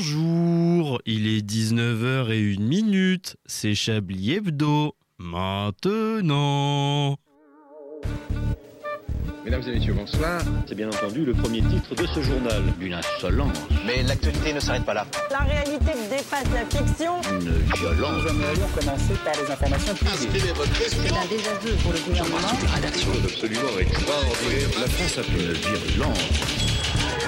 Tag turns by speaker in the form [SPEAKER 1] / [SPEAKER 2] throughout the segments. [SPEAKER 1] Bonjour, il est 19h01, c'est Chablis Hebdo, maintenant.
[SPEAKER 2] Mesdames et messieurs, bonsoir.
[SPEAKER 3] C'est bien entendu le premier titre de ce journal. Une insolence,
[SPEAKER 4] Mais l'actualité ne s'arrête pas là.
[SPEAKER 5] La réalité dépasse la fiction.
[SPEAKER 3] une violence.
[SPEAKER 6] C'est un désaveu pour le gouvernement.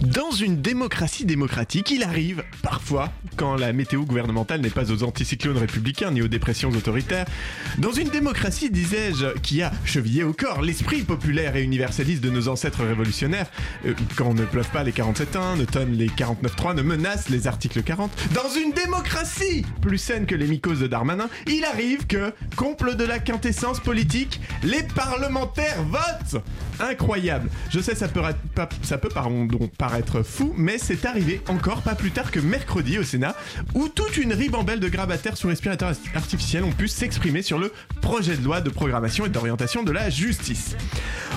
[SPEAKER 7] Dans une démocratie démocratique, il arrive parfois, quand la météo gouvernementale n'est pas aux anticyclones républicains ni aux dépressions autoritaires, dans une démocratie, disais-je, qui a chevillé au corps l'esprit populaire et universaliste de nos ancêtres révolutionnaires, euh, quand ne pleuvent pas les 47.1, ne tonne les 49.3, ne menace les articles 40, dans une démocratie plus saine que les mycoses de Darmanin, il arrive que, complot de la quintessence politique, les parlementaires votent Incroyable Je sais, ça peut, ra- pas- ça peut pardon, donc paraître fou, mais c'est arrivé encore pas plus tard que mercredi au Sénat, où toute une ribambelle de grabataires sous respirateur as- artificiel ont pu s'exprimer sur le projet de loi de programmation et d'orientation de la justice.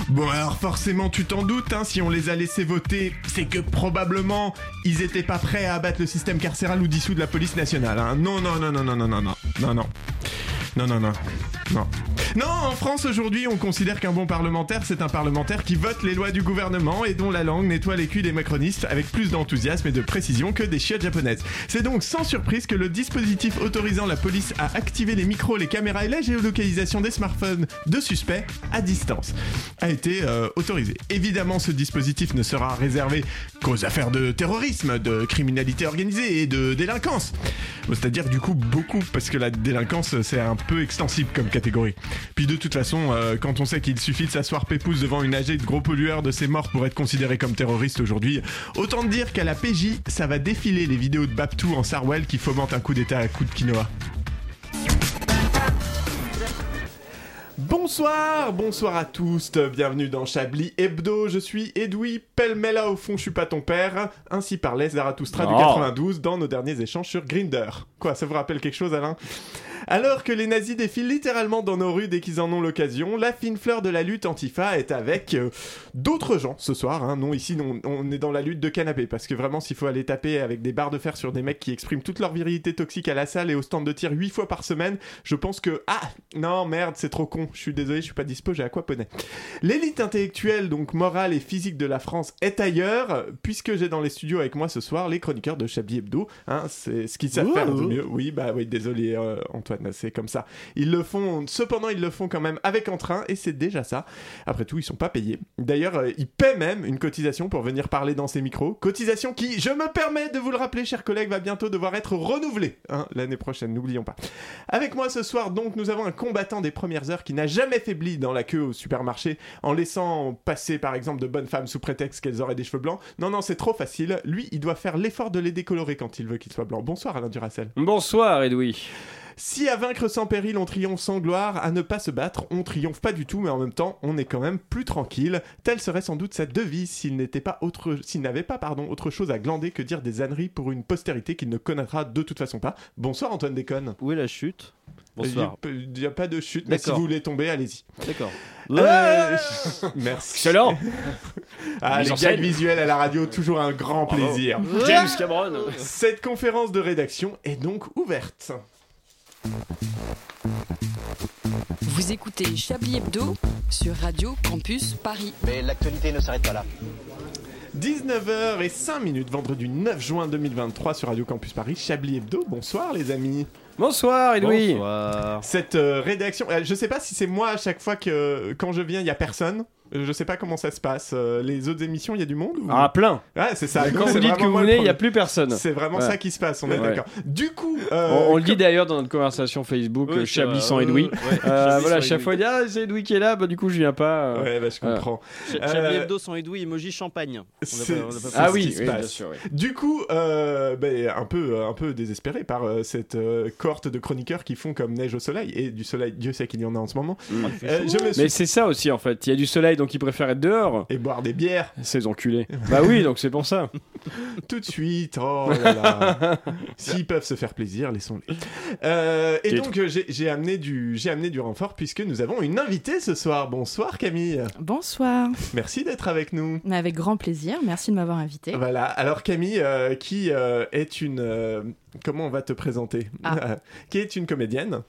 [SPEAKER 7] Bon, alors forcément, tu t'en doutes, hein, si on les a laissés voter, c'est que probablement ils étaient pas prêts à abattre le système carcéral ou dissoudre la police nationale. hein. Non, non, non, non, non, non, non, non, non, non. Non, non, non. Non. Non, en France aujourd'hui, on considère qu'un bon parlementaire, c'est un parlementaire qui vote les lois du gouvernement et dont la langue nettoie les culs des macronistes avec plus d'enthousiasme et de précision que des chiottes japonaises. C'est donc sans surprise que le dispositif autorisant la police à activer les micros, les caméras et la géolocalisation des smartphones de suspects à distance a été euh, autorisé. Évidemment, ce dispositif ne sera réservé qu'aux affaires de terrorisme, de criminalité organisée et de délinquance. Bon, C'est-à-dire du coup beaucoup, parce que la délinquance c'est un peu extensible comme catégorie. Puis de toute façon, euh, quand on sait qu'il suffit de s'asseoir pépouze devant une AG de gros pollueurs de ses morts pour être considéré comme terroriste aujourd'hui, autant dire qu'à la PJ, ça va défiler les vidéos de Babtou en Sarwell qui fomentent un coup d'état à coup de quinoa. Bonsoir, bonsoir à tous, euh, bienvenue dans Chablis Hebdo, je suis Edoui Pelmela au fond je suis pas ton père, ainsi parlait Zarathustra du
[SPEAKER 8] Non.
[SPEAKER 7] 92 dans nos derniers échanges sur Grinder. Quoi, ça vous rappelle quelque chose Alain alors que les nazis défilent littéralement dans nos rues dès qu'ils en ont l'occasion, la fine fleur de la lutte antifa est avec euh, d'autres gens ce soir. hein. Non, ici, on, on est dans la lutte de canapé, parce que vraiment, s'il faut aller taper avec des barres de fer sur des mecs qui expriment toute leur virilité toxique à la salle et au stand de tir 8 fois par semaine, je pense que... Ah Non, merde, c'est trop con. Je suis désolé, je suis pas dispo, j'ai aquaponé. L'élite intellectuelle, donc morale et physique de la France est ailleurs, euh, puisque j'ai dans les studios avec moi ce soir les chroniqueurs de Chablis Hebdo. Hein, c'est ce qu'ils savent faire de mieux. Oui, bah oui, désolé euh, Antoine, c'est comme ça. Ils le font, cependant ils le font quand même avec entrain, et c'est déjà ça. Après tout, ils sont pas payés. D'ailleurs, euh, ils paient même une cotisation pour venir parler dans ces micros. Cotisation qui, je me permets de vous le rappeler, chers collègues, va bientôt devoir être renouvelée hein, l'année prochaine, n'oublions pas. Avec moi ce soir, donc, nous avons un combattant des premières heures qui n'a jamais faibli dans la queue au supermarché en laissant passer, par exemple, de bonnes femmes sous prétexte qu'elles auraient des cheveux blancs. Non, non, c'est trop facile. Lui, il doit faire l'effort de les décolorer quand il veut qu'ils soient blancs. Bonsoir, Alain Duracel.
[SPEAKER 8] Bonsoir Edoui.
[SPEAKER 7] Si à vaincre sans péril on triomphe sans gloire, à ne pas se battre on triomphe pas du tout, mais en même temps on est quand même plus tranquille. Telle serait sans doute sa devise s'il n'était pas autre, s'il n'avait pas pardon autre chose à glander que dire des âneries pour une postérité qu'il ne connaîtra de toute façon pas. Bonsoir Antoine Déconne.
[SPEAKER 8] Où est la chute Bonsoir.
[SPEAKER 7] Il n'y a, pas de chute, mais si
[SPEAKER 8] D'accord.
[SPEAKER 7] vous voulez tomber, allez-y.
[SPEAKER 8] D'accord.
[SPEAKER 7] Euh, Merci.
[SPEAKER 8] Excellent
[SPEAKER 7] Ah,
[SPEAKER 8] Mise
[SPEAKER 7] les
[SPEAKER 8] en
[SPEAKER 7] gags
[SPEAKER 8] scène.
[SPEAKER 7] visuels à la radio, toujours un grand plaisir.
[SPEAKER 8] James Cameron
[SPEAKER 7] Cette conférence de rédaction est donc ouverte.
[SPEAKER 9] Vous écoutez Chablis Hebdo sur Radio Campus Paris.
[SPEAKER 4] Mais l'actualité ne s'arrête pas là.
[SPEAKER 7] 19h05, vendredi 9 juin 2023 sur Radio Campus Paris, Chablis Hebdo. Bonsoir les amis.
[SPEAKER 8] Bonsoir
[SPEAKER 10] Eh
[SPEAKER 8] Edoui.
[SPEAKER 3] Bonsoir.
[SPEAKER 7] Cette euh, rédaction, euh, je sais pas si c'est moi à chaque fois que quand je viens, il y a personne. Euh, Je sais pas comment ça se passe. Euh, les autres émissions, il y a du monde ou-
[SPEAKER 8] Ah plein
[SPEAKER 7] Ouais, c'est ça.
[SPEAKER 8] Quand
[SPEAKER 7] C'est
[SPEAKER 8] vous dites
[SPEAKER 7] vraiment
[SPEAKER 8] que vous
[SPEAKER 7] moi le
[SPEAKER 8] venez, il n'y a
[SPEAKER 7] problème.
[SPEAKER 8] plus personne.
[SPEAKER 7] C'est vraiment
[SPEAKER 8] Ouais.
[SPEAKER 7] ça qui se passe, on est
[SPEAKER 8] Ouais.
[SPEAKER 7] d'accord. Du coup,
[SPEAKER 8] On,
[SPEAKER 7] euh,
[SPEAKER 8] on le dit d'ailleurs dans notre conversation Facebook, euh, Chablis sans Edoui. Euh, voilà, chaque fois il dit Ah, c'est Edoui qui est là, bah du coup je viens pas. euh.
[SPEAKER 7] Ouais, bah, je comprends. Euh,
[SPEAKER 10] Chablis Hebdo sans Edoui, emoji champagne. On l'a
[SPEAKER 7] c'est-
[SPEAKER 10] pas- on l'a pas
[SPEAKER 7] c'est
[SPEAKER 10] fait.
[SPEAKER 8] Ah
[SPEAKER 7] ce qui
[SPEAKER 8] oui,
[SPEAKER 7] se
[SPEAKER 8] oui,
[SPEAKER 7] passe.
[SPEAKER 8] bien sûr. oui.
[SPEAKER 7] Du coup, euh, ben, un, peu, un peu désespéré par euh, cette euh, cohorte de chroniqueurs qui font comme neige au soleil, et du soleil, Dieu sait qu'il y en a en ce moment.
[SPEAKER 8] Mm.
[SPEAKER 7] Euh, je me suis-
[SPEAKER 8] Mais c'est ça aussi en fait, il y a du soleil soleil, donc ils préfèrent être dehors.
[SPEAKER 7] Et boire des bières
[SPEAKER 8] Ces enculés. bah oui, donc c'est pour ça.
[SPEAKER 7] tout de suite. Oh là là. S'ils peuvent se faire plaisir, laissons-les. Euh, et
[SPEAKER 8] T'es-
[SPEAKER 7] donc, euh, j'ai j'ai amené, du- j'ai amené du renfort puisque nous avons une invitée ce soir. Bonsoir Camille.
[SPEAKER 2] Bonsoir,
[SPEAKER 7] Merci d'être avec nous.
[SPEAKER 2] mais avec grand plaisir, merci de m'avoir invité.
[SPEAKER 7] Voilà, alors Camille, euh, qui euh, est une... euh, comment on va te présenter
[SPEAKER 2] Ah.
[SPEAKER 7] Qui est une comédienne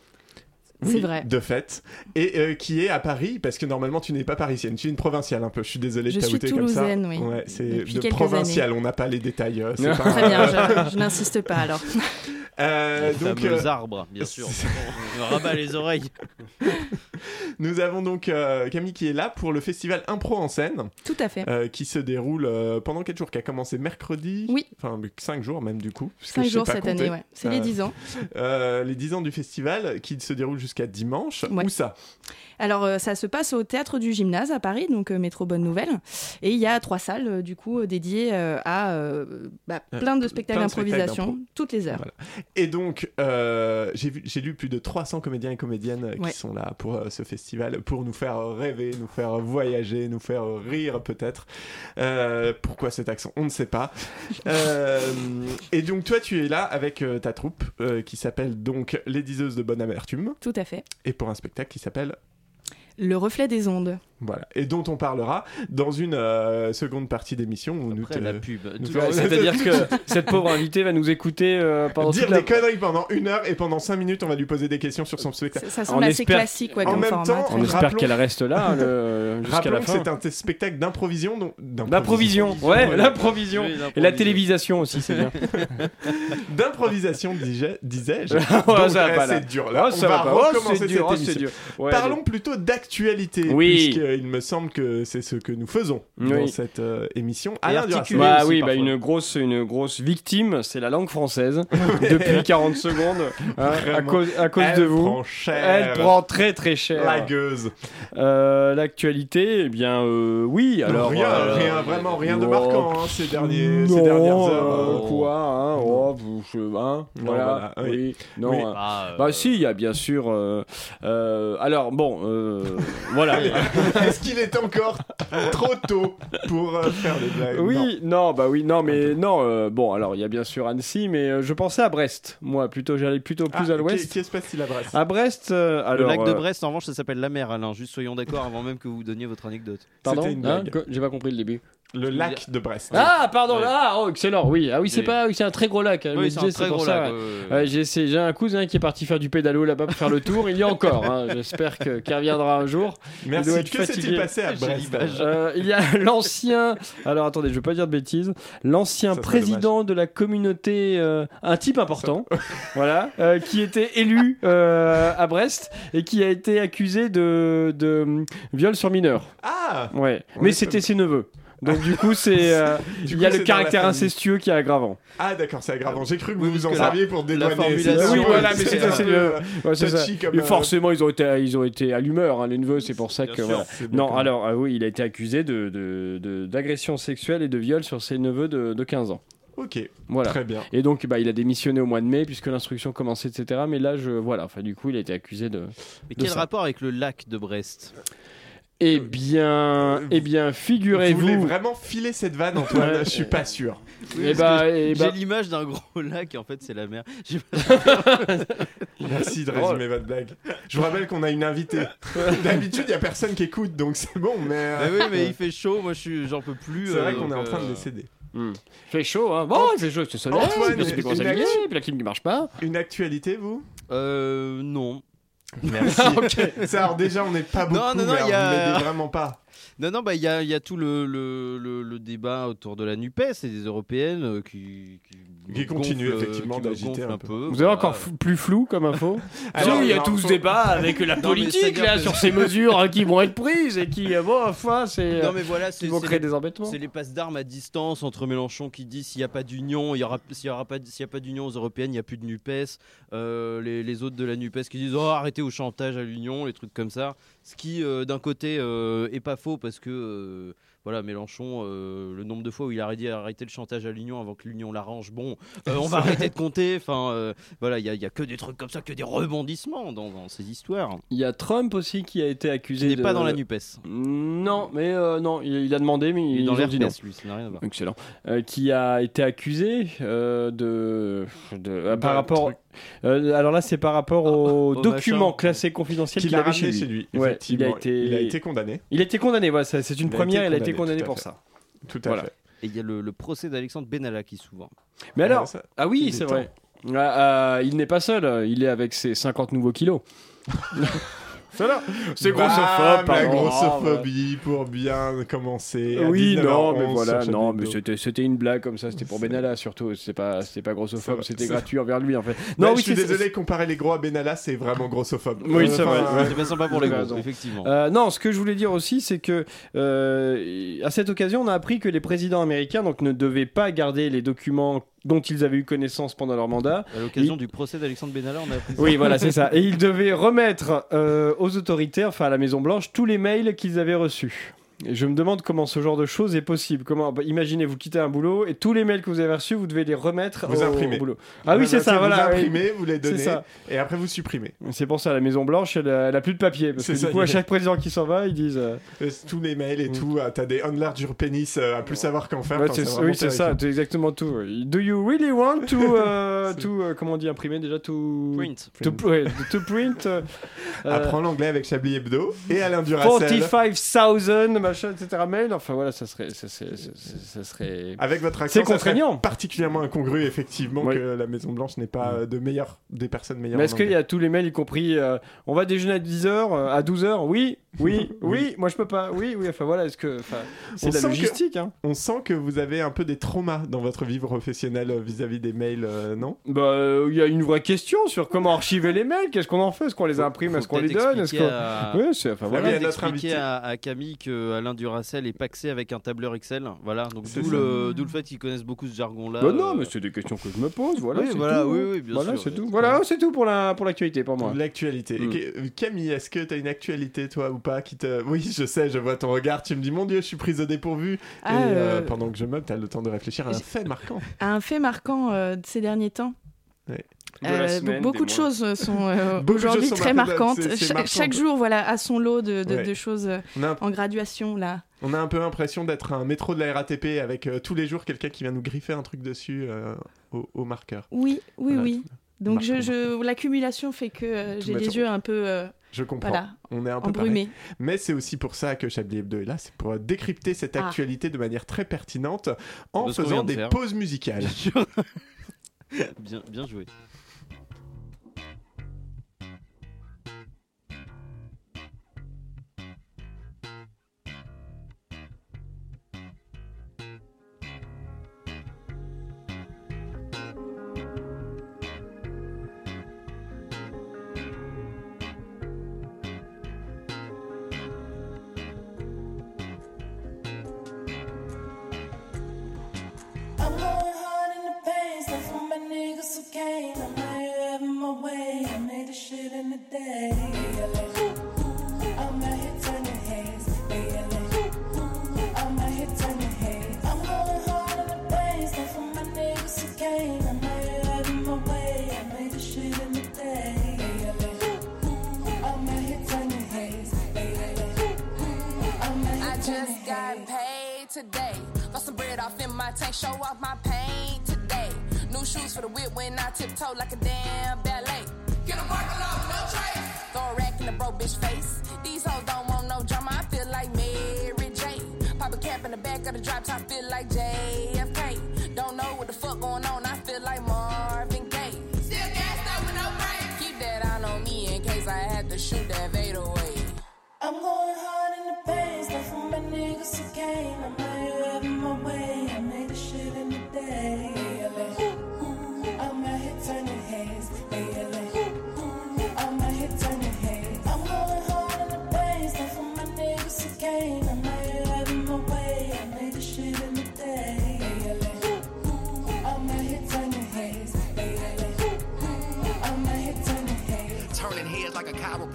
[SPEAKER 2] C'est
[SPEAKER 7] Oui,
[SPEAKER 2] vrai.
[SPEAKER 7] De fait. Et euh, qui est à Paris, parce que normalement tu n'es pas parisienne, tu es une provinciale un peu. Je suis désolé
[SPEAKER 2] Je
[SPEAKER 7] de
[SPEAKER 2] suis
[SPEAKER 7] t'outer comme ça.
[SPEAKER 2] toulousaine, oui.
[SPEAKER 7] Ouais, c'est
[SPEAKER 2] Depuis
[SPEAKER 7] de
[SPEAKER 2] quelques
[SPEAKER 7] provinciale, on n'a pas les détails. euh, c'est pas-
[SPEAKER 2] Très bien, je, je n'insiste pas alors.
[SPEAKER 7] Euh, donc,
[SPEAKER 10] donc,
[SPEAKER 7] euh,
[SPEAKER 10] arbres, bien sûr. On me rabat les oreilles.
[SPEAKER 7] nous avons donc euh, Camille qui est là pour le festival Impro en scène,
[SPEAKER 2] Tout à fait.
[SPEAKER 7] euh, qui se déroule euh, pendant 4 jours, qui a commencé mercredi.
[SPEAKER 2] Oui.
[SPEAKER 7] Enfin, 5 jours même du coup. puisque
[SPEAKER 2] 5
[SPEAKER 7] je sais
[SPEAKER 2] jours
[SPEAKER 7] pas
[SPEAKER 2] cette
[SPEAKER 7] compter.
[SPEAKER 2] année, ouais. C'est
[SPEAKER 7] Euh,
[SPEAKER 2] les 10 ans.
[SPEAKER 7] Euh, les 10 ans du festival qui se déroule jusqu'à dimanche.
[SPEAKER 2] Ouais.
[SPEAKER 7] Où ça
[SPEAKER 2] Alors, euh, ça se passe au théâtre du gymnase à Paris, donc euh, métro Bonne Nouvelle. Et il y a trois salles, euh, du coup, euh, dédiées euh, à euh, bah,
[SPEAKER 7] Euh,
[SPEAKER 2] plein de spectacles
[SPEAKER 7] plein de spectacles
[SPEAKER 2] d'improvisation,
[SPEAKER 7] d'impro.
[SPEAKER 2] toutes les heures.
[SPEAKER 7] Voilà. Et donc, euh, j'ai vu- j'ai lu plus de 300 comédiens et comédiennes euh,
[SPEAKER 2] Ouais.
[SPEAKER 7] qui sont là pour euh, ce festival, pour nous faire rêver, nous faire voyager, nous faire rire peut-être. Euh, pourquoi cet accent On ne sait pas. Euh, et donc, toi, tu es là avec euh, ta troupe euh, qui s'appelle donc Les Diseuses de Bonne Amertume
[SPEAKER 2] Tout à fait.
[SPEAKER 7] et pour un spectacle qui s'appelle
[SPEAKER 2] Le reflet des ondes.
[SPEAKER 7] Voilà. Et dont on parlera dans une euh, seconde partie d'émission où nous
[SPEAKER 10] Après
[SPEAKER 7] te-
[SPEAKER 10] la pub.
[SPEAKER 7] nous
[SPEAKER 10] Tout-
[SPEAKER 7] faire-
[SPEAKER 8] C'est-à-dire que cette pauvre invitée va nous écouter euh, pendant
[SPEAKER 7] dire
[SPEAKER 8] toute la...
[SPEAKER 7] des conneries pendant une heure et pendant cinq minutes, on va lui poser des questions sur son spectacle.
[SPEAKER 2] Ça, ça semble
[SPEAKER 8] On
[SPEAKER 2] assez
[SPEAKER 8] espère-
[SPEAKER 2] classique ouais,
[SPEAKER 7] En
[SPEAKER 2] comme
[SPEAKER 7] même
[SPEAKER 2] format.
[SPEAKER 7] temps,
[SPEAKER 2] très
[SPEAKER 8] On
[SPEAKER 2] bien.
[SPEAKER 8] espère
[SPEAKER 7] Rappelons-
[SPEAKER 8] qu'elle reste là le- jusqu'à la
[SPEAKER 7] Rappelons que
[SPEAKER 8] fin. hein.
[SPEAKER 7] c'est un t- spectacle d'improvision. donc-
[SPEAKER 8] L'improvision, ouais, l'improvision.
[SPEAKER 10] Oui,
[SPEAKER 8] Et la
[SPEAKER 10] l'improvisation.
[SPEAKER 8] télévisation aussi, c'est bien.
[SPEAKER 7] D'improvisation, disais- disais-je.
[SPEAKER 8] Ouais, ça
[SPEAKER 7] Donc,
[SPEAKER 8] va
[SPEAKER 7] eh,
[SPEAKER 8] pas, là.
[SPEAKER 7] c'est dur. Là,
[SPEAKER 8] Oh,
[SPEAKER 7] on
[SPEAKER 8] ça
[SPEAKER 7] va,
[SPEAKER 8] va pas. Oh,
[SPEAKER 7] recommencer
[SPEAKER 8] c'est dur,
[SPEAKER 7] cette
[SPEAKER 8] oh, c'est
[SPEAKER 7] émission.
[SPEAKER 8] dur. Ouais,
[SPEAKER 7] Parlons plutôt d'actualité,
[SPEAKER 8] Oui.
[SPEAKER 7] puisqu'il me semble que c'est ce que nous faisons dans
[SPEAKER 8] Oui.
[SPEAKER 7] cette euh, émission.
[SPEAKER 10] Et
[SPEAKER 7] Alain
[SPEAKER 10] articulé
[SPEAKER 7] Duracell
[SPEAKER 8] Bah
[SPEAKER 7] aussi,
[SPEAKER 8] oui, bah
[SPEAKER 7] parfois.
[SPEAKER 8] une grosse, une grosse victime, c'est la langue française. Depuis 40 secondes, hein, à
[SPEAKER 7] Vraiment.
[SPEAKER 8] cause, à cause
[SPEAKER 7] Elle
[SPEAKER 8] de vous.
[SPEAKER 7] prend cher.
[SPEAKER 8] Elle prend très très cher.
[SPEAKER 7] la gueuse.
[SPEAKER 8] Euh, L'actualité, eh bien euh, oui. Alors
[SPEAKER 7] rien,
[SPEAKER 8] euh,
[SPEAKER 7] rien, vraiment rien de
[SPEAKER 8] oh,
[SPEAKER 7] marquant hein, ces, derniers,
[SPEAKER 8] non,
[SPEAKER 7] ces dernières heures.
[SPEAKER 8] euh, quoi hein, oh, vous- je- hein,
[SPEAKER 7] Non,
[SPEAKER 8] Voilà.
[SPEAKER 7] voilà, oui.
[SPEAKER 8] oui. Non.
[SPEAKER 7] Oui.
[SPEAKER 8] hein.
[SPEAKER 10] Ah, euh,
[SPEAKER 8] Bah si, il y a bien sûr. euh, euh, alors bon, euh, voilà.
[SPEAKER 7] Allez, Est-ce qu'il est encore trop tôt pour euh, faire des blagues Non.
[SPEAKER 8] Oui, non. bah oui, non, mais non. euh, bon, alors il y a bien sûr Annecy, mais euh, je pensais à Brest. Moi, plutôt, j'allais plutôt plus
[SPEAKER 7] Ah,
[SPEAKER 8] à l'ouest.
[SPEAKER 7] Qu'est-ce qui se passe-t-il à Brest
[SPEAKER 8] À Brest, euh,
[SPEAKER 10] Le
[SPEAKER 8] alors.
[SPEAKER 10] lac de
[SPEAKER 8] euh,
[SPEAKER 10] Brest, en revanche, ça s'appelle la mer, Alain. Juste soyons d'accord avant même que vous donniez votre anecdote.
[SPEAKER 8] pardon,
[SPEAKER 7] C'était une
[SPEAKER 8] hein,
[SPEAKER 7] blague.
[SPEAKER 8] quoi, J'ai pas compris le début.
[SPEAKER 7] Le lac de Brest.
[SPEAKER 8] Ah, pardon,
[SPEAKER 10] Ouais.
[SPEAKER 8] ah, oh, excellent, oui. Ah oui, c'est
[SPEAKER 10] Oui.
[SPEAKER 8] pas, oui, c'est un très gros lac. hein, je me
[SPEAKER 10] Oui, c'est
[SPEAKER 8] disais,
[SPEAKER 10] un très
[SPEAKER 8] pour
[SPEAKER 10] gros
[SPEAKER 8] ça,
[SPEAKER 10] lac. euh,
[SPEAKER 8] ouais.
[SPEAKER 10] ouais, ouais,
[SPEAKER 8] Ouais,
[SPEAKER 10] ouais.
[SPEAKER 8] j'ai essayé- j'ai un cousin qui est parti faire du pédalo là-bas pour faire le tour. Il y a encore. hein, J'espère que- qu'il reviendra un jour.
[SPEAKER 7] Merci.
[SPEAKER 8] Il doit être
[SPEAKER 7] Que s'est-il
[SPEAKER 8] fatigué.
[SPEAKER 7] passé à
[SPEAKER 10] J'ai
[SPEAKER 7] Brest
[SPEAKER 10] l'image.
[SPEAKER 8] Euh, il y a l'ancien. Alors attendez, je vais pas dire de bêtises. L'ancien
[SPEAKER 7] Ça serait
[SPEAKER 8] président de la communauté, euh, un type important, voilà, euh, qui était élu euh, à Brest et qui a été accusé de, de hum, viol sur mineur.
[SPEAKER 7] Ah
[SPEAKER 8] Ouais.
[SPEAKER 7] On est
[SPEAKER 8] Mais c'était
[SPEAKER 7] pas-
[SPEAKER 8] ses neveux. Donc du coup, c'est euh,
[SPEAKER 7] Du
[SPEAKER 8] il
[SPEAKER 7] coup,
[SPEAKER 8] y a
[SPEAKER 7] c'est
[SPEAKER 8] le
[SPEAKER 7] dans
[SPEAKER 8] caractère
[SPEAKER 7] la famille.
[SPEAKER 8] incestueux qui est aggravant.
[SPEAKER 7] Ah d'accord, c'est aggravant. J'ai cru que vous
[SPEAKER 10] Oui,
[SPEAKER 7] vous en
[SPEAKER 10] parce que la-
[SPEAKER 7] saviez pour
[SPEAKER 10] la
[SPEAKER 7] dédouaner.
[SPEAKER 10] formulation-
[SPEAKER 7] C'est-
[SPEAKER 10] Oui,
[SPEAKER 7] c'est-
[SPEAKER 10] voilà,
[SPEAKER 8] Ah mais
[SPEAKER 7] c'est
[SPEAKER 8] c'est-
[SPEAKER 7] un
[SPEAKER 8] c'est
[SPEAKER 7] peu,
[SPEAKER 8] le-
[SPEAKER 7] euh,
[SPEAKER 8] Ouais, c'est ça.
[SPEAKER 7] touchy comme,
[SPEAKER 8] Mais
[SPEAKER 7] euh,
[SPEAKER 8] forcément, ils ont été, à- ils ont été à l'humeur, hein, les neveux. C'est pour ça
[SPEAKER 10] Bien
[SPEAKER 8] que
[SPEAKER 10] sûr.
[SPEAKER 8] voilà.
[SPEAKER 7] c'est
[SPEAKER 8] Non,
[SPEAKER 7] d'accord.
[SPEAKER 8] alors euh, oui, il a été accusé de, de- de- d'agression sexuelle et de viol sur ses neveux de, de 15 ans.
[SPEAKER 7] Ok,
[SPEAKER 8] Voilà.
[SPEAKER 7] très bien.
[SPEAKER 8] Et donc, bah, il a démissionné au mois de mai puisque l'instruction commençait, etc. Mais là, je, voilà, enfin, du coup, il a été accusé de.
[SPEAKER 10] Mais
[SPEAKER 8] de
[SPEAKER 10] quel
[SPEAKER 8] ça.
[SPEAKER 10] rapport avec le lac de Brest
[SPEAKER 8] Eh bien, eh bien,
[SPEAKER 7] Vous voulez
[SPEAKER 8] figurez-vous.
[SPEAKER 7] vraiment filer cette vanne, Antoine
[SPEAKER 8] Ouais.
[SPEAKER 7] Je suis pas sûr.
[SPEAKER 8] Eh bah, eh bah-
[SPEAKER 10] J'ai l'image d'un gros lac, en fait, c'est la mer. J'ai-
[SPEAKER 7] Merci de résumer votre blague. Je vous rappelle qu'on a une invitée. D'habitude, il y a personne qui écoute, donc c'est bon, mais euh,
[SPEAKER 8] Bah
[SPEAKER 10] Ah oui, mais il fait chaud, moi je suis- j'en peux plus.
[SPEAKER 7] c'est
[SPEAKER 10] euh,
[SPEAKER 7] vrai qu'on est
[SPEAKER 10] donc,
[SPEAKER 7] en train de
[SPEAKER 10] euh,
[SPEAKER 7] décéder.
[SPEAKER 8] fait chaud, hein. Bon, il fait chaud, c'est soleil.
[SPEAKER 7] Antoine,
[SPEAKER 8] puis c'était
[SPEAKER 7] une
[SPEAKER 8] commencé à
[SPEAKER 7] action.
[SPEAKER 8] midi, puis la clim qui marche pas.
[SPEAKER 7] Une actualité, vous
[SPEAKER 10] Euh. Non.
[SPEAKER 7] Merci. Ça, alors déjà, on n'est pas beaucoup,
[SPEAKER 10] Non, non, non,
[SPEAKER 7] mais
[SPEAKER 10] il y a-
[SPEAKER 7] on n'aidait vraiment pas.
[SPEAKER 10] Non, non, bah il y a, il y a tout le, le, le, le débat autour de la NUPES et des Européennes euh, qui. Qui,
[SPEAKER 7] Qui continue,
[SPEAKER 10] euh,
[SPEAKER 7] effectivement,
[SPEAKER 10] qui me
[SPEAKER 7] d'agiter
[SPEAKER 10] gonflent
[SPEAKER 7] un peu.
[SPEAKER 8] Vous Euh, avez encore
[SPEAKER 10] voilà.
[SPEAKER 8] fou- plus flou comme info
[SPEAKER 7] Alors,
[SPEAKER 8] Ah, il y a
[SPEAKER 7] alors,
[SPEAKER 8] tout ce
[SPEAKER 7] faut-
[SPEAKER 8] débat avec la
[SPEAKER 10] Non, mais
[SPEAKER 8] politique
[SPEAKER 10] c'est-à-dire
[SPEAKER 8] là,
[SPEAKER 10] que-
[SPEAKER 8] sur ces mesures hein, qui vont être prises et qui, euh, bon, enfin, c'est,
[SPEAKER 10] Non, mais voilà, c'est.
[SPEAKER 8] ils vont
[SPEAKER 10] c'est-
[SPEAKER 8] créer des embêtements.
[SPEAKER 10] C'est les passes d'armes à distance entre Mélenchon qui dit s'il n'y a pas d'union, il y aura, s'il y aura pas, s'il y a pas d'union aux européennes, il n'y a plus de Nupes. Euh, les, les autres de la Nupes qui disent oh, arrêtez au chantage à l'union, les trucs comme ça. Ce qui euh, d'un côté euh, est pas faux parce que euh, Voilà, Mélenchon, euh, le nombre de fois où il a dit arrêter le chantage à l'Union avant que l'Union l'arrange, bon, euh, on va arrêter de compter. Enfin, euh, voilà, il n'y a, il y a que des trucs comme ça, que des rebondissements dans, dans ces histoires.
[SPEAKER 8] Il y a Trump aussi qui a été accusé.
[SPEAKER 10] Il n'est
[SPEAKER 8] de-
[SPEAKER 10] pas dans la NUPES.
[SPEAKER 8] Non, mais euh, non, il, il a demandé, mais
[SPEAKER 10] Il est
[SPEAKER 8] ils
[SPEAKER 10] dans
[SPEAKER 8] ont dit non.
[SPEAKER 10] l'RPS, lui, ça n'a rien à voir.
[SPEAKER 8] Excellent. Euh, qui a été accusé euh, de, de- euh, par
[SPEAKER 7] le
[SPEAKER 8] rapport.
[SPEAKER 7] truc. Ah,
[SPEAKER 8] euh, alors là, c'est par rapport aux
[SPEAKER 10] au
[SPEAKER 8] documents
[SPEAKER 10] machin.
[SPEAKER 8] classés confidentiels
[SPEAKER 7] Qu'il
[SPEAKER 8] qu'il
[SPEAKER 7] a
[SPEAKER 8] avait
[SPEAKER 7] ramené
[SPEAKER 8] chez
[SPEAKER 7] chez
[SPEAKER 8] lui.
[SPEAKER 7] lui.
[SPEAKER 8] Ouais,
[SPEAKER 7] effectivement.
[SPEAKER 8] il a été-
[SPEAKER 7] il a été condamné.
[SPEAKER 8] Il a été condamné. Voilà, ça, c'est une
[SPEAKER 7] Il a
[SPEAKER 8] première.
[SPEAKER 7] été
[SPEAKER 8] Il a été
[SPEAKER 7] condamné,
[SPEAKER 8] condamné
[SPEAKER 7] tout à
[SPEAKER 8] pour
[SPEAKER 7] fait.
[SPEAKER 8] ça.
[SPEAKER 7] Tout à
[SPEAKER 8] Voilà.
[SPEAKER 7] fait.
[SPEAKER 10] Et il y a le, le procès d'Alexandre Benalla qui s'ouvre.
[SPEAKER 8] Mais alors,
[SPEAKER 7] ça-
[SPEAKER 8] ah oui,
[SPEAKER 7] il est
[SPEAKER 8] c'est vrai. Ah, ah, il n'est pas seul. Il est avec ses 50 nouveaux kilos. Voilà. C'est
[SPEAKER 7] Bam,
[SPEAKER 8] grossophobe.
[SPEAKER 7] La
[SPEAKER 8] pardon.
[SPEAKER 7] grossophobie pour bien commencer. Ah, à
[SPEAKER 8] Oui,
[SPEAKER 7] 19h11
[SPEAKER 8] non, mais
[SPEAKER 7] sur
[SPEAKER 8] voilà,
[SPEAKER 7] Chablis
[SPEAKER 8] non, mais
[SPEAKER 7] Hebdo.
[SPEAKER 8] c'était c'était une blague comme ça, c'était pour
[SPEAKER 7] C'est-
[SPEAKER 8] Benalla surtout, c'était pas, c'était pas
[SPEAKER 7] va,
[SPEAKER 8] grossophobe, c'était
[SPEAKER 7] ça-
[SPEAKER 8] gratuit envers lui en fait.
[SPEAKER 7] Non,
[SPEAKER 8] Non,
[SPEAKER 7] je suis
[SPEAKER 8] c'est-
[SPEAKER 7] désolé, comparer les gros à Benalla, c'est vraiment grossophobe.
[SPEAKER 8] Oui,
[SPEAKER 7] Euh,
[SPEAKER 8] c'est vrai.
[SPEAKER 7] enfin,
[SPEAKER 10] C'est pas sympa pour les
[SPEAKER 8] t'as
[SPEAKER 10] gros,
[SPEAKER 8] raison.
[SPEAKER 10] effectivement.
[SPEAKER 8] Euh, non, ce que je voulais dire aussi, c'est que euh, à cette occasion, on a appris que les présidents américains donc, ne devaient pas garder les documents dont ils avaient eu connaissance pendant leur mandat.
[SPEAKER 10] À l'occasion du procès d'Alexandre Benalla, on a appris ça.
[SPEAKER 8] Oui, voilà, c'est ça. Et ils devaient remettre euh, aux autorités, enfin à la Maison Blanche, tous les mails qu'ils avaient reçus. Et je me demande comment ce genre de choses est possible. Comment bah, Imaginez, vous quittez un boulot et tous les mails que vous avez reçus, vous devez les remettre
[SPEAKER 7] Vous
[SPEAKER 8] au,
[SPEAKER 7] imprimez.
[SPEAKER 8] au boulot. Ah oui, c'est ça, voilà.
[SPEAKER 7] Vous
[SPEAKER 8] oui.
[SPEAKER 7] imprimez, vous les
[SPEAKER 8] C'est
[SPEAKER 7] donnez,
[SPEAKER 8] ça.
[SPEAKER 7] et après vous supprimez.
[SPEAKER 8] C'est pour ça, la Maison Blanche, elle, a- elle a plus de papier. Parce
[SPEAKER 7] C'est
[SPEAKER 8] que du
[SPEAKER 7] ça,
[SPEAKER 8] coup, à
[SPEAKER 7] il y a-
[SPEAKER 8] chaque président qui s'en va, ils disent. euh,
[SPEAKER 7] Euh, c'est Tous les mails et
[SPEAKER 8] Mm.
[SPEAKER 7] tout, euh, t'as des on large your penis euh, à plus savoir qu'en faire.
[SPEAKER 8] Ouais,
[SPEAKER 7] enfin,
[SPEAKER 8] c'est-
[SPEAKER 7] vraiment
[SPEAKER 8] oui, c'est ça,
[SPEAKER 7] terrifiant.
[SPEAKER 8] c'est exactement tout. Do you really want to. euh,
[SPEAKER 7] C'est-
[SPEAKER 8] to, euh, comment on dit imprimer déjà To.
[SPEAKER 10] Print.
[SPEAKER 8] To, ouais, to print. euh, euh,
[SPEAKER 7] Apprends l'anglais avec Chablis Hebdo et Alain Duracell
[SPEAKER 8] 45,000 machin, etc. Mail. Enfin voilà, ça serait. Ça, c'est- ça- ça- ça serait...
[SPEAKER 7] Avec votre accent,
[SPEAKER 8] C'est
[SPEAKER 7] ça serait
[SPEAKER 8] contraignant.
[SPEAKER 7] particulièrement incongru, effectivement,
[SPEAKER 8] Ouais.
[SPEAKER 7] que la Maison Blanche n'est pas euh, de meilleures, des personnes meilleures.
[SPEAKER 8] Mm. Mais
[SPEAKER 7] en
[SPEAKER 8] est-ce qu'il y a tous les mails, y compris euh, on va déjeuner à 10h, à 12h Oui, oui, oui, moi je peux pas. Oui, oui, enfin voilà, est-ce que. enfin, C'est
[SPEAKER 7] On
[SPEAKER 8] de la
[SPEAKER 7] sent que-
[SPEAKER 8] logistique, hein.
[SPEAKER 7] On sent que vous avez un peu des traumas dans votre vie professionnelle euh, vis-à-vis des mails, euh, non
[SPEAKER 8] Bah, euh, il y a une vraie question sur comment archiver les mails, qu'est-ce qu'on en fait, est-ce qu'on les imprime,
[SPEAKER 10] Faut
[SPEAKER 8] est-ce qu'on les
[SPEAKER 10] peut-être
[SPEAKER 8] donne, est-ce
[SPEAKER 10] expliquer
[SPEAKER 8] qu'on. Ah bah
[SPEAKER 10] à-
[SPEAKER 8] Ouais, c'est. Enfin
[SPEAKER 10] Faut
[SPEAKER 7] Flavien,
[SPEAKER 8] voilà.
[SPEAKER 10] peut-être
[SPEAKER 7] notre
[SPEAKER 10] expliquer
[SPEAKER 7] invité.
[SPEAKER 10] à, à Camille que Alain Duracell est paxé avec un tableur Excel. Voilà, donc
[SPEAKER 7] C'est
[SPEAKER 10] d'où
[SPEAKER 7] ça.
[SPEAKER 10] le, d'où le fait qu'ils connaissent beaucoup ce jargon-là.
[SPEAKER 8] Bah
[SPEAKER 10] euh,
[SPEAKER 8] non, mais c'est des questions que je me pose, voilà.
[SPEAKER 10] Oui,
[SPEAKER 8] c'est
[SPEAKER 10] voilà,
[SPEAKER 8] tout,
[SPEAKER 10] oui,
[SPEAKER 8] hein.
[SPEAKER 10] oui, bien
[SPEAKER 8] Voilà,
[SPEAKER 10] sûr,
[SPEAKER 8] c'est
[SPEAKER 10] oui.
[SPEAKER 8] tout. Voilà, c'est tout pour la- pour l'actualité pour moi.
[SPEAKER 7] L'actualité.
[SPEAKER 8] Mm.
[SPEAKER 7] Et que- Camille, est-ce que t'as une actualité, toi, ou pas qui te... Oui, je sais, je vois ton regard, tu me dis, mon Dieu, je suis prise au dépourvu.
[SPEAKER 2] Ah,
[SPEAKER 7] et euh,
[SPEAKER 2] euh,
[SPEAKER 7] pendant que je meuble, t'as le temps de réfléchir à un
[SPEAKER 2] j'ai-
[SPEAKER 7] fait marquant.
[SPEAKER 2] Un fait marquant euh, de ces derniers temps.
[SPEAKER 8] De la
[SPEAKER 2] Euh,
[SPEAKER 8] semaine,
[SPEAKER 2] donc
[SPEAKER 8] des
[SPEAKER 2] beaucoup de
[SPEAKER 8] mois.
[SPEAKER 2] choses euh, sont euh,
[SPEAKER 7] Beaucoup de
[SPEAKER 2] aujourd'hui
[SPEAKER 7] choses sont
[SPEAKER 2] très
[SPEAKER 7] marquantes,
[SPEAKER 2] marquantes.
[SPEAKER 7] c'est- c'est
[SPEAKER 2] Cha-
[SPEAKER 7] marquant,
[SPEAKER 2] Chaque
[SPEAKER 7] quoi.
[SPEAKER 2] jour, voilà, a son lot de, de-
[SPEAKER 7] Ouais.
[SPEAKER 2] de choses euh,
[SPEAKER 7] On a, un-
[SPEAKER 2] en graduation là.
[SPEAKER 7] on a un peu l'impression d'être un métro de la RATP avec euh, tous les jours quelqu'un qui vient nous griffer un truc dessus euh, au, au marqueur.
[SPEAKER 2] Oui, oui,
[SPEAKER 7] Voilà,
[SPEAKER 2] oui. Donc je,
[SPEAKER 7] marquant,
[SPEAKER 2] je- l'accumulation fait que euh,
[SPEAKER 7] Tout
[SPEAKER 2] j'ai
[SPEAKER 7] mettre
[SPEAKER 2] les
[SPEAKER 7] sur-
[SPEAKER 2] yeux un peu euh,
[SPEAKER 7] Je comprends.
[SPEAKER 2] voilà
[SPEAKER 7] On est un peu pareil.
[SPEAKER 2] embrumés.
[SPEAKER 7] Mais c'est aussi pour ça que Chablis Hebdo est là, c'est pour décrypter cette
[SPEAKER 2] Ah.
[SPEAKER 7] actualité de manière très pertinente en
[SPEAKER 10] De ce qu'on
[SPEAKER 7] faisant
[SPEAKER 10] vient de
[SPEAKER 7] des
[SPEAKER 10] faire.
[SPEAKER 7] pauses musicales.
[SPEAKER 10] Bien sûr. bien, bien joué.
[SPEAKER 5] I'm going hard in the pain, so for my niggas who came, I'm out here having my way. I made this shit in a day. They yelling, "Ooh, ooh." I'm out here turning heads. They yelling, "Ooh, ooh." I'm out here turning heads. I'm going hard in the pain, so for my niggas who came, I'm out here having my way. I made this shit in a day. They yelling, "Ooh, ooh." I'm out here turning heads. They yelling, "Ooh, ooh." I'm out here
[SPEAKER 11] I just
[SPEAKER 5] turning
[SPEAKER 11] got
[SPEAKER 5] heads.
[SPEAKER 11] paid today. Got some bread off in my tank, show off my pain today. New shoes for the whip when I tiptoe like a damn ballet. Get a parking lot, no trace. Throw a rack in the bro bitch face. These hoes don't want no drama, I feel like Mary J. Pop a cap in the back of the drop top, feel like JFK. Don't know what the fuck going on, I feel like Marvin Gaye. Still gassed up with no brakes. Keep that on on me in case I had to shoot that Vade away.
[SPEAKER 5] I'm going hard in the pain, stuff for my niggas who came. I'm out here having my way. I made this shit in a day. They yelling, ooh, ooh. I'm out here turning heads. They yelling, ooh, ooh. I'm out here turning heads. I'm going hard in the pain, stuff for my niggas who came. I'm out here having my way. I made this shit in a day. They yelling,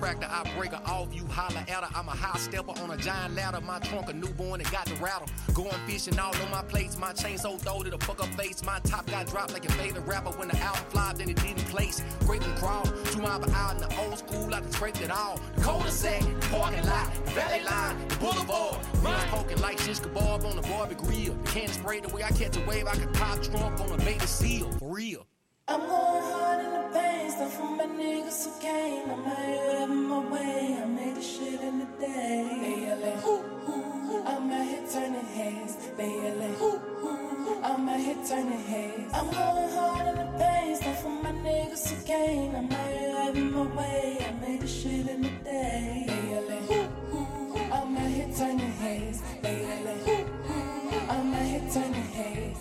[SPEAKER 12] tractor, I break her off. You holler at her. I'm a high stepper on a giant ladder. My trunk a newborn and got the rattle. Going fishing all on my plates. My chain so throw to the fuck up face. My top got dropped like your favorite rapper. When the album flopped and it didn't place. Break and crawl. Two mile per hour in the old school. I can scrape it all. The cul-de-sac, the parking lot, the valley line, the boulevard. Mine's poking like shish kebab on the Barbie grill. The can spray the way I catch a wave. I can pop trunk on a baby seal. For real.
[SPEAKER 5] I'm going hard in the pain, stuff from my niggas who came. I'm out of my way, I made the shit in the day. They yelling, ooh, ooh, I'm out here turning heads. They yelling, ooh, ooh, I'm out here turning heads. I'm going hard in the pain, stuff from my niggas who came. I'm out of my way, I made the shit in the day. They yelling, ooh, ooh, I'm out here turning heads. They yelling, ooh, ooh, I'm out here turning heads.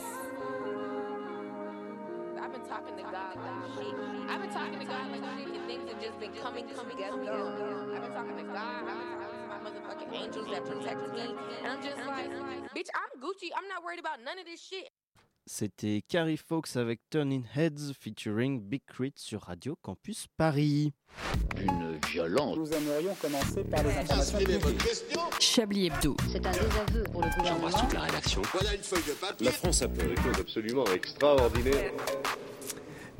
[SPEAKER 13] I've been talking to God like shit. I've been talking to God like shit, and things have just been coming, coming together. I've been talking to God. I've been talking to my motherfucking angels that protect me, and I'm just like, bitch, I'm Gucci. I'm not worried about none of this shit.
[SPEAKER 10] C'était Carrie Fox avec Turning Heads featuring Big Crit sur Radio Campus Paris. Une violente.
[SPEAKER 14] Nous aimerions commencer par les informations
[SPEAKER 9] Chablis Hebdo. C'est un désaveu pour le
[SPEAKER 15] J'embrasse toute la rédaction. Voilà une feuille de papier. La France a fait des choses absolument extraordinaires.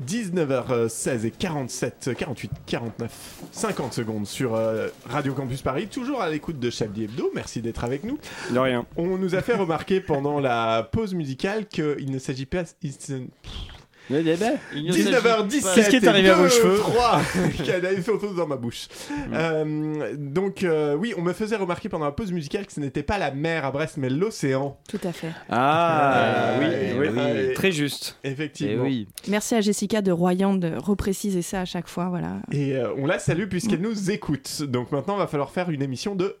[SPEAKER 7] 19h16 et 47, 48, 49, 50 secondes sur euh, Radio Campus Paris, toujours à l'écoute de Chablis Hebdo, merci d'être avec nous.
[SPEAKER 8] De rien.
[SPEAKER 7] On nous a fait remarquer pendant la pause musicale qu'il ne s'agit pas... il se-
[SPEAKER 8] Eh Il ne s'agit pas-
[SPEAKER 7] 19h17
[SPEAKER 8] Qu'est-ce qui est arrivé à vos cheveux Mm.
[SPEAKER 7] 3 Cannabis autour dans ma bouche. Euh, donc euh, oui, on me faisait remarquer pendant la pause musicale que ce n'était pas la mer à Brest mais l'océan.
[SPEAKER 2] Tout à fait.
[SPEAKER 8] Ah, oui,
[SPEAKER 10] eh
[SPEAKER 7] Euh,
[SPEAKER 8] oui,
[SPEAKER 7] euh,
[SPEAKER 8] très juste.
[SPEAKER 7] Effectivement.
[SPEAKER 8] Eh
[SPEAKER 7] oui.
[SPEAKER 2] Merci à Jessica de Royan de repréciser ça à chaque fois, voilà.
[SPEAKER 7] Et euh, on la salue puisqu'elle nous écoute. Donc maintenant, va falloir faire une émission de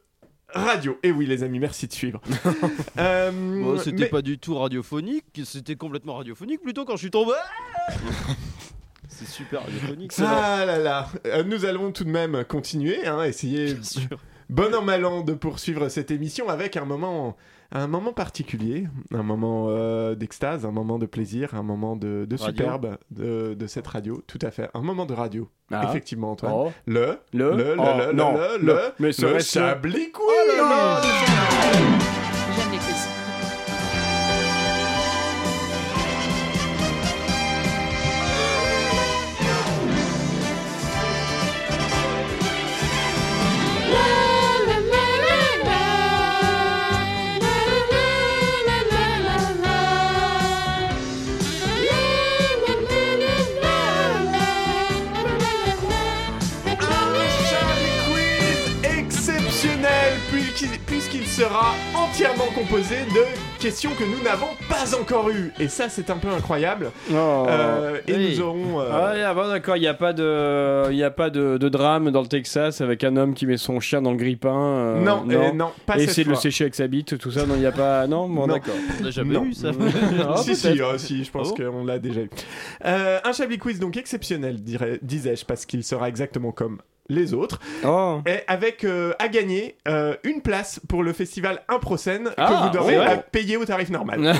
[SPEAKER 7] radio. Et oui, les amis, merci de suivre. Euh,
[SPEAKER 10] Bon, c'était
[SPEAKER 7] mais-
[SPEAKER 10] pas du tout radiophonique, c'était complètement radiophonique plutôt quand je suis tombé. C'est super radiophonique. ça.
[SPEAKER 7] Ah là là. Euh, nous allons tout de même continuer, hein, essayer. Bon an mal an de poursuivre cette émission avec un moment, un moment particulier, un moment euh, d'extase, un moment de plaisir, un moment de, de
[SPEAKER 8] Radio.
[SPEAKER 7] superbe de, de cette radio. Tout à fait, un moment de radio.
[SPEAKER 8] Ah.
[SPEAKER 7] Effectivement, Antoine.
[SPEAKER 8] Oh.
[SPEAKER 7] Le,
[SPEAKER 8] Le,
[SPEAKER 7] le, le,
[SPEAKER 8] Oh,
[SPEAKER 7] le,
[SPEAKER 8] non.
[SPEAKER 7] le,
[SPEAKER 8] Le.
[SPEAKER 7] le,
[SPEAKER 8] Mais ce
[SPEAKER 7] le
[SPEAKER 8] reste-
[SPEAKER 7] Chablis Quiz.
[SPEAKER 8] Oh
[SPEAKER 9] J'aime les quiz.
[SPEAKER 7] exceptionnel puisqu'il- puisqu'il sera entièrement composé de questions que nous n'avons pas encore eues. Et ça, c'est un peu incroyable. Euh, et
[SPEAKER 8] Oh. Oui.
[SPEAKER 7] nous aurons... euh,
[SPEAKER 8] Ah, ouais, ah, bon, d'accord, il n'y a pas, de, il y a pas de, de drame dans le Texas avec un homme qui met son chien dans le grippin. euh,
[SPEAKER 7] Non, et non, pas
[SPEAKER 8] Et
[SPEAKER 7] cette
[SPEAKER 8] essayer de le
[SPEAKER 7] fois.
[SPEAKER 8] sécher avec sa bite, tout ça. Non, il n'y a pas. Non, bon,
[SPEAKER 7] Non.
[SPEAKER 8] d'accord.
[SPEAKER 10] On n'a jamais
[SPEAKER 7] Non.
[SPEAKER 10] eu ça.
[SPEAKER 8] Ah,
[SPEAKER 7] si, si,
[SPEAKER 8] peut-être.
[SPEAKER 7] ah, si, je pense
[SPEAKER 8] Ah bon
[SPEAKER 7] qu'on l'a déjà eu. Euh, un Chablis Quiz donc exceptionnel, dirais- disais-je, parce qu'il sera exactement comme les autres.
[SPEAKER 8] Oh.
[SPEAKER 7] Et avec euh, à gagner euh, une place pour le festival Improcène
[SPEAKER 8] Ah,
[SPEAKER 7] que vous aurez
[SPEAKER 8] ouais.
[SPEAKER 7] à payer au tarif normal.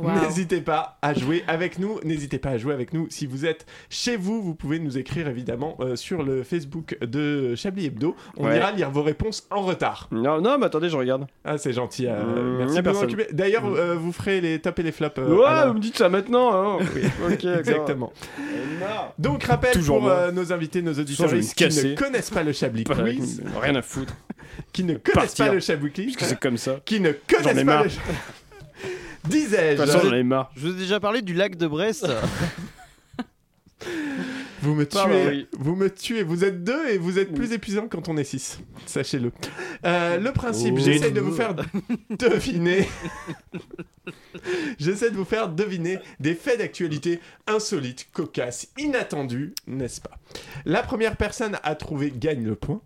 [SPEAKER 7] Voilà. N'hésitez pas à jouer avec nous. N'hésitez pas à jouer avec nous. Si vous êtes chez vous, vous pouvez nous écrire évidemment euh, sur le Facebook de Chablis Hebdo. On
[SPEAKER 8] Ouais.
[SPEAKER 7] ira lire vos réponses en retard.
[SPEAKER 8] Non, non, mais attendez, je regarde.
[SPEAKER 7] Ah, c'est gentil. euh,
[SPEAKER 8] Mmh,
[SPEAKER 7] merci
[SPEAKER 8] y a
[SPEAKER 7] de m'avoir
[SPEAKER 8] personne.
[SPEAKER 7] occupé. D'ailleurs, euh, vous ferez les tops et les flops. euh,
[SPEAKER 8] Mm. ouais,
[SPEAKER 7] à la-
[SPEAKER 8] vous me dites ça maintenant. hein. Ok, d'accord.
[SPEAKER 7] Exactement. Donc, rappel
[SPEAKER 8] Toujours
[SPEAKER 7] pour
[SPEAKER 8] moi.
[SPEAKER 7] euh, nos invités, nos auditeurs
[SPEAKER 8] je vais me
[SPEAKER 7] qui ne
[SPEAKER 8] casser.
[SPEAKER 7] connaissent pas le Chablis
[SPEAKER 8] Pas avec-
[SPEAKER 7] Quiz,
[SPEAKER 8] Rien à foutre.
[SPEAKER 7] qui ne connaissent
[SPEAKER 8] Partir.
[SPEAKER 7] pas le Chablis Quiz,
[SPEAKER 8] Parce que c'est comme ça.
[SPEAKER 7] qui ne
[SPEAKER 8] J'en ai
[SPEAKER 7] connaissent pas
[SPEAKER 8] marre.
[SPEAKER 7] le Disais-je.
[SPEAKER 8] De toute façon, j'en ai marre.
[SPEAKER 10] Je vous ai déjà parlé du lac de Brest.
[SPEAKER 7] Vous me tuez,
[SPEAKER 10] Pardon, oui.
[SPEAKER 7] vous me tuez. Vous êtes deux et vous êtes plus épuisant quand on est six. Sachez-le. Euh, le principe,
[SPEAKER 8] Oh.
[SPEAKER 7] j'essaie de vous faire deviner. j'essaie de vous faire deviner des faits d'actualité insolites, cocasses, inattendus, n'est-ce pas La première personne à trouver gagne le point.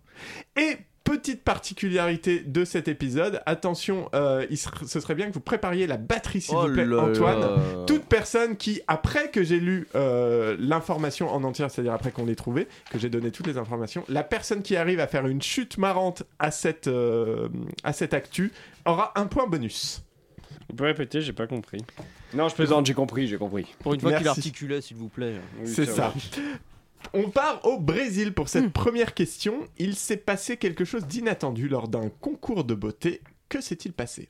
[SPEAKER 7] Et petite particularité de cet épisode, attention, euh, il ser- ce serait bien que vous prépariez la batterie s'il
[SPEAKER 10] Oh
[SPEAKER 7] vous plaît,
[SPEAKER 10] là
[SPEAKER 7] Antoine.
[SPEAKER 10] là.
[SPEAKER 7] Toute personne qui, après que j'ai lu euh, l'information en entière, c'est-à-dire après qu'on l'ait trouvée, que j'ai donné toutes les informations, la personne qui arrive à faire une chute marrante à cette, euh, à cette actu aura un point bonus.
[SPEAKER 8] Vous pouvez répéter, j'ai pas compris. Non, je plaisante, j'ai compris, j'ai compris.
[SPEAKER 10] Pour une fois qu'il
[SPEAKER 7] Merci.
[SPEAKER 10] articulait, s'il vous plaît.
[SPEAKER 7] C'est ça. On part au Brésil pour cette première question. Il s'est passé quelque chose d'inattendu lors d'un concours de beauté. Que s'est-il passé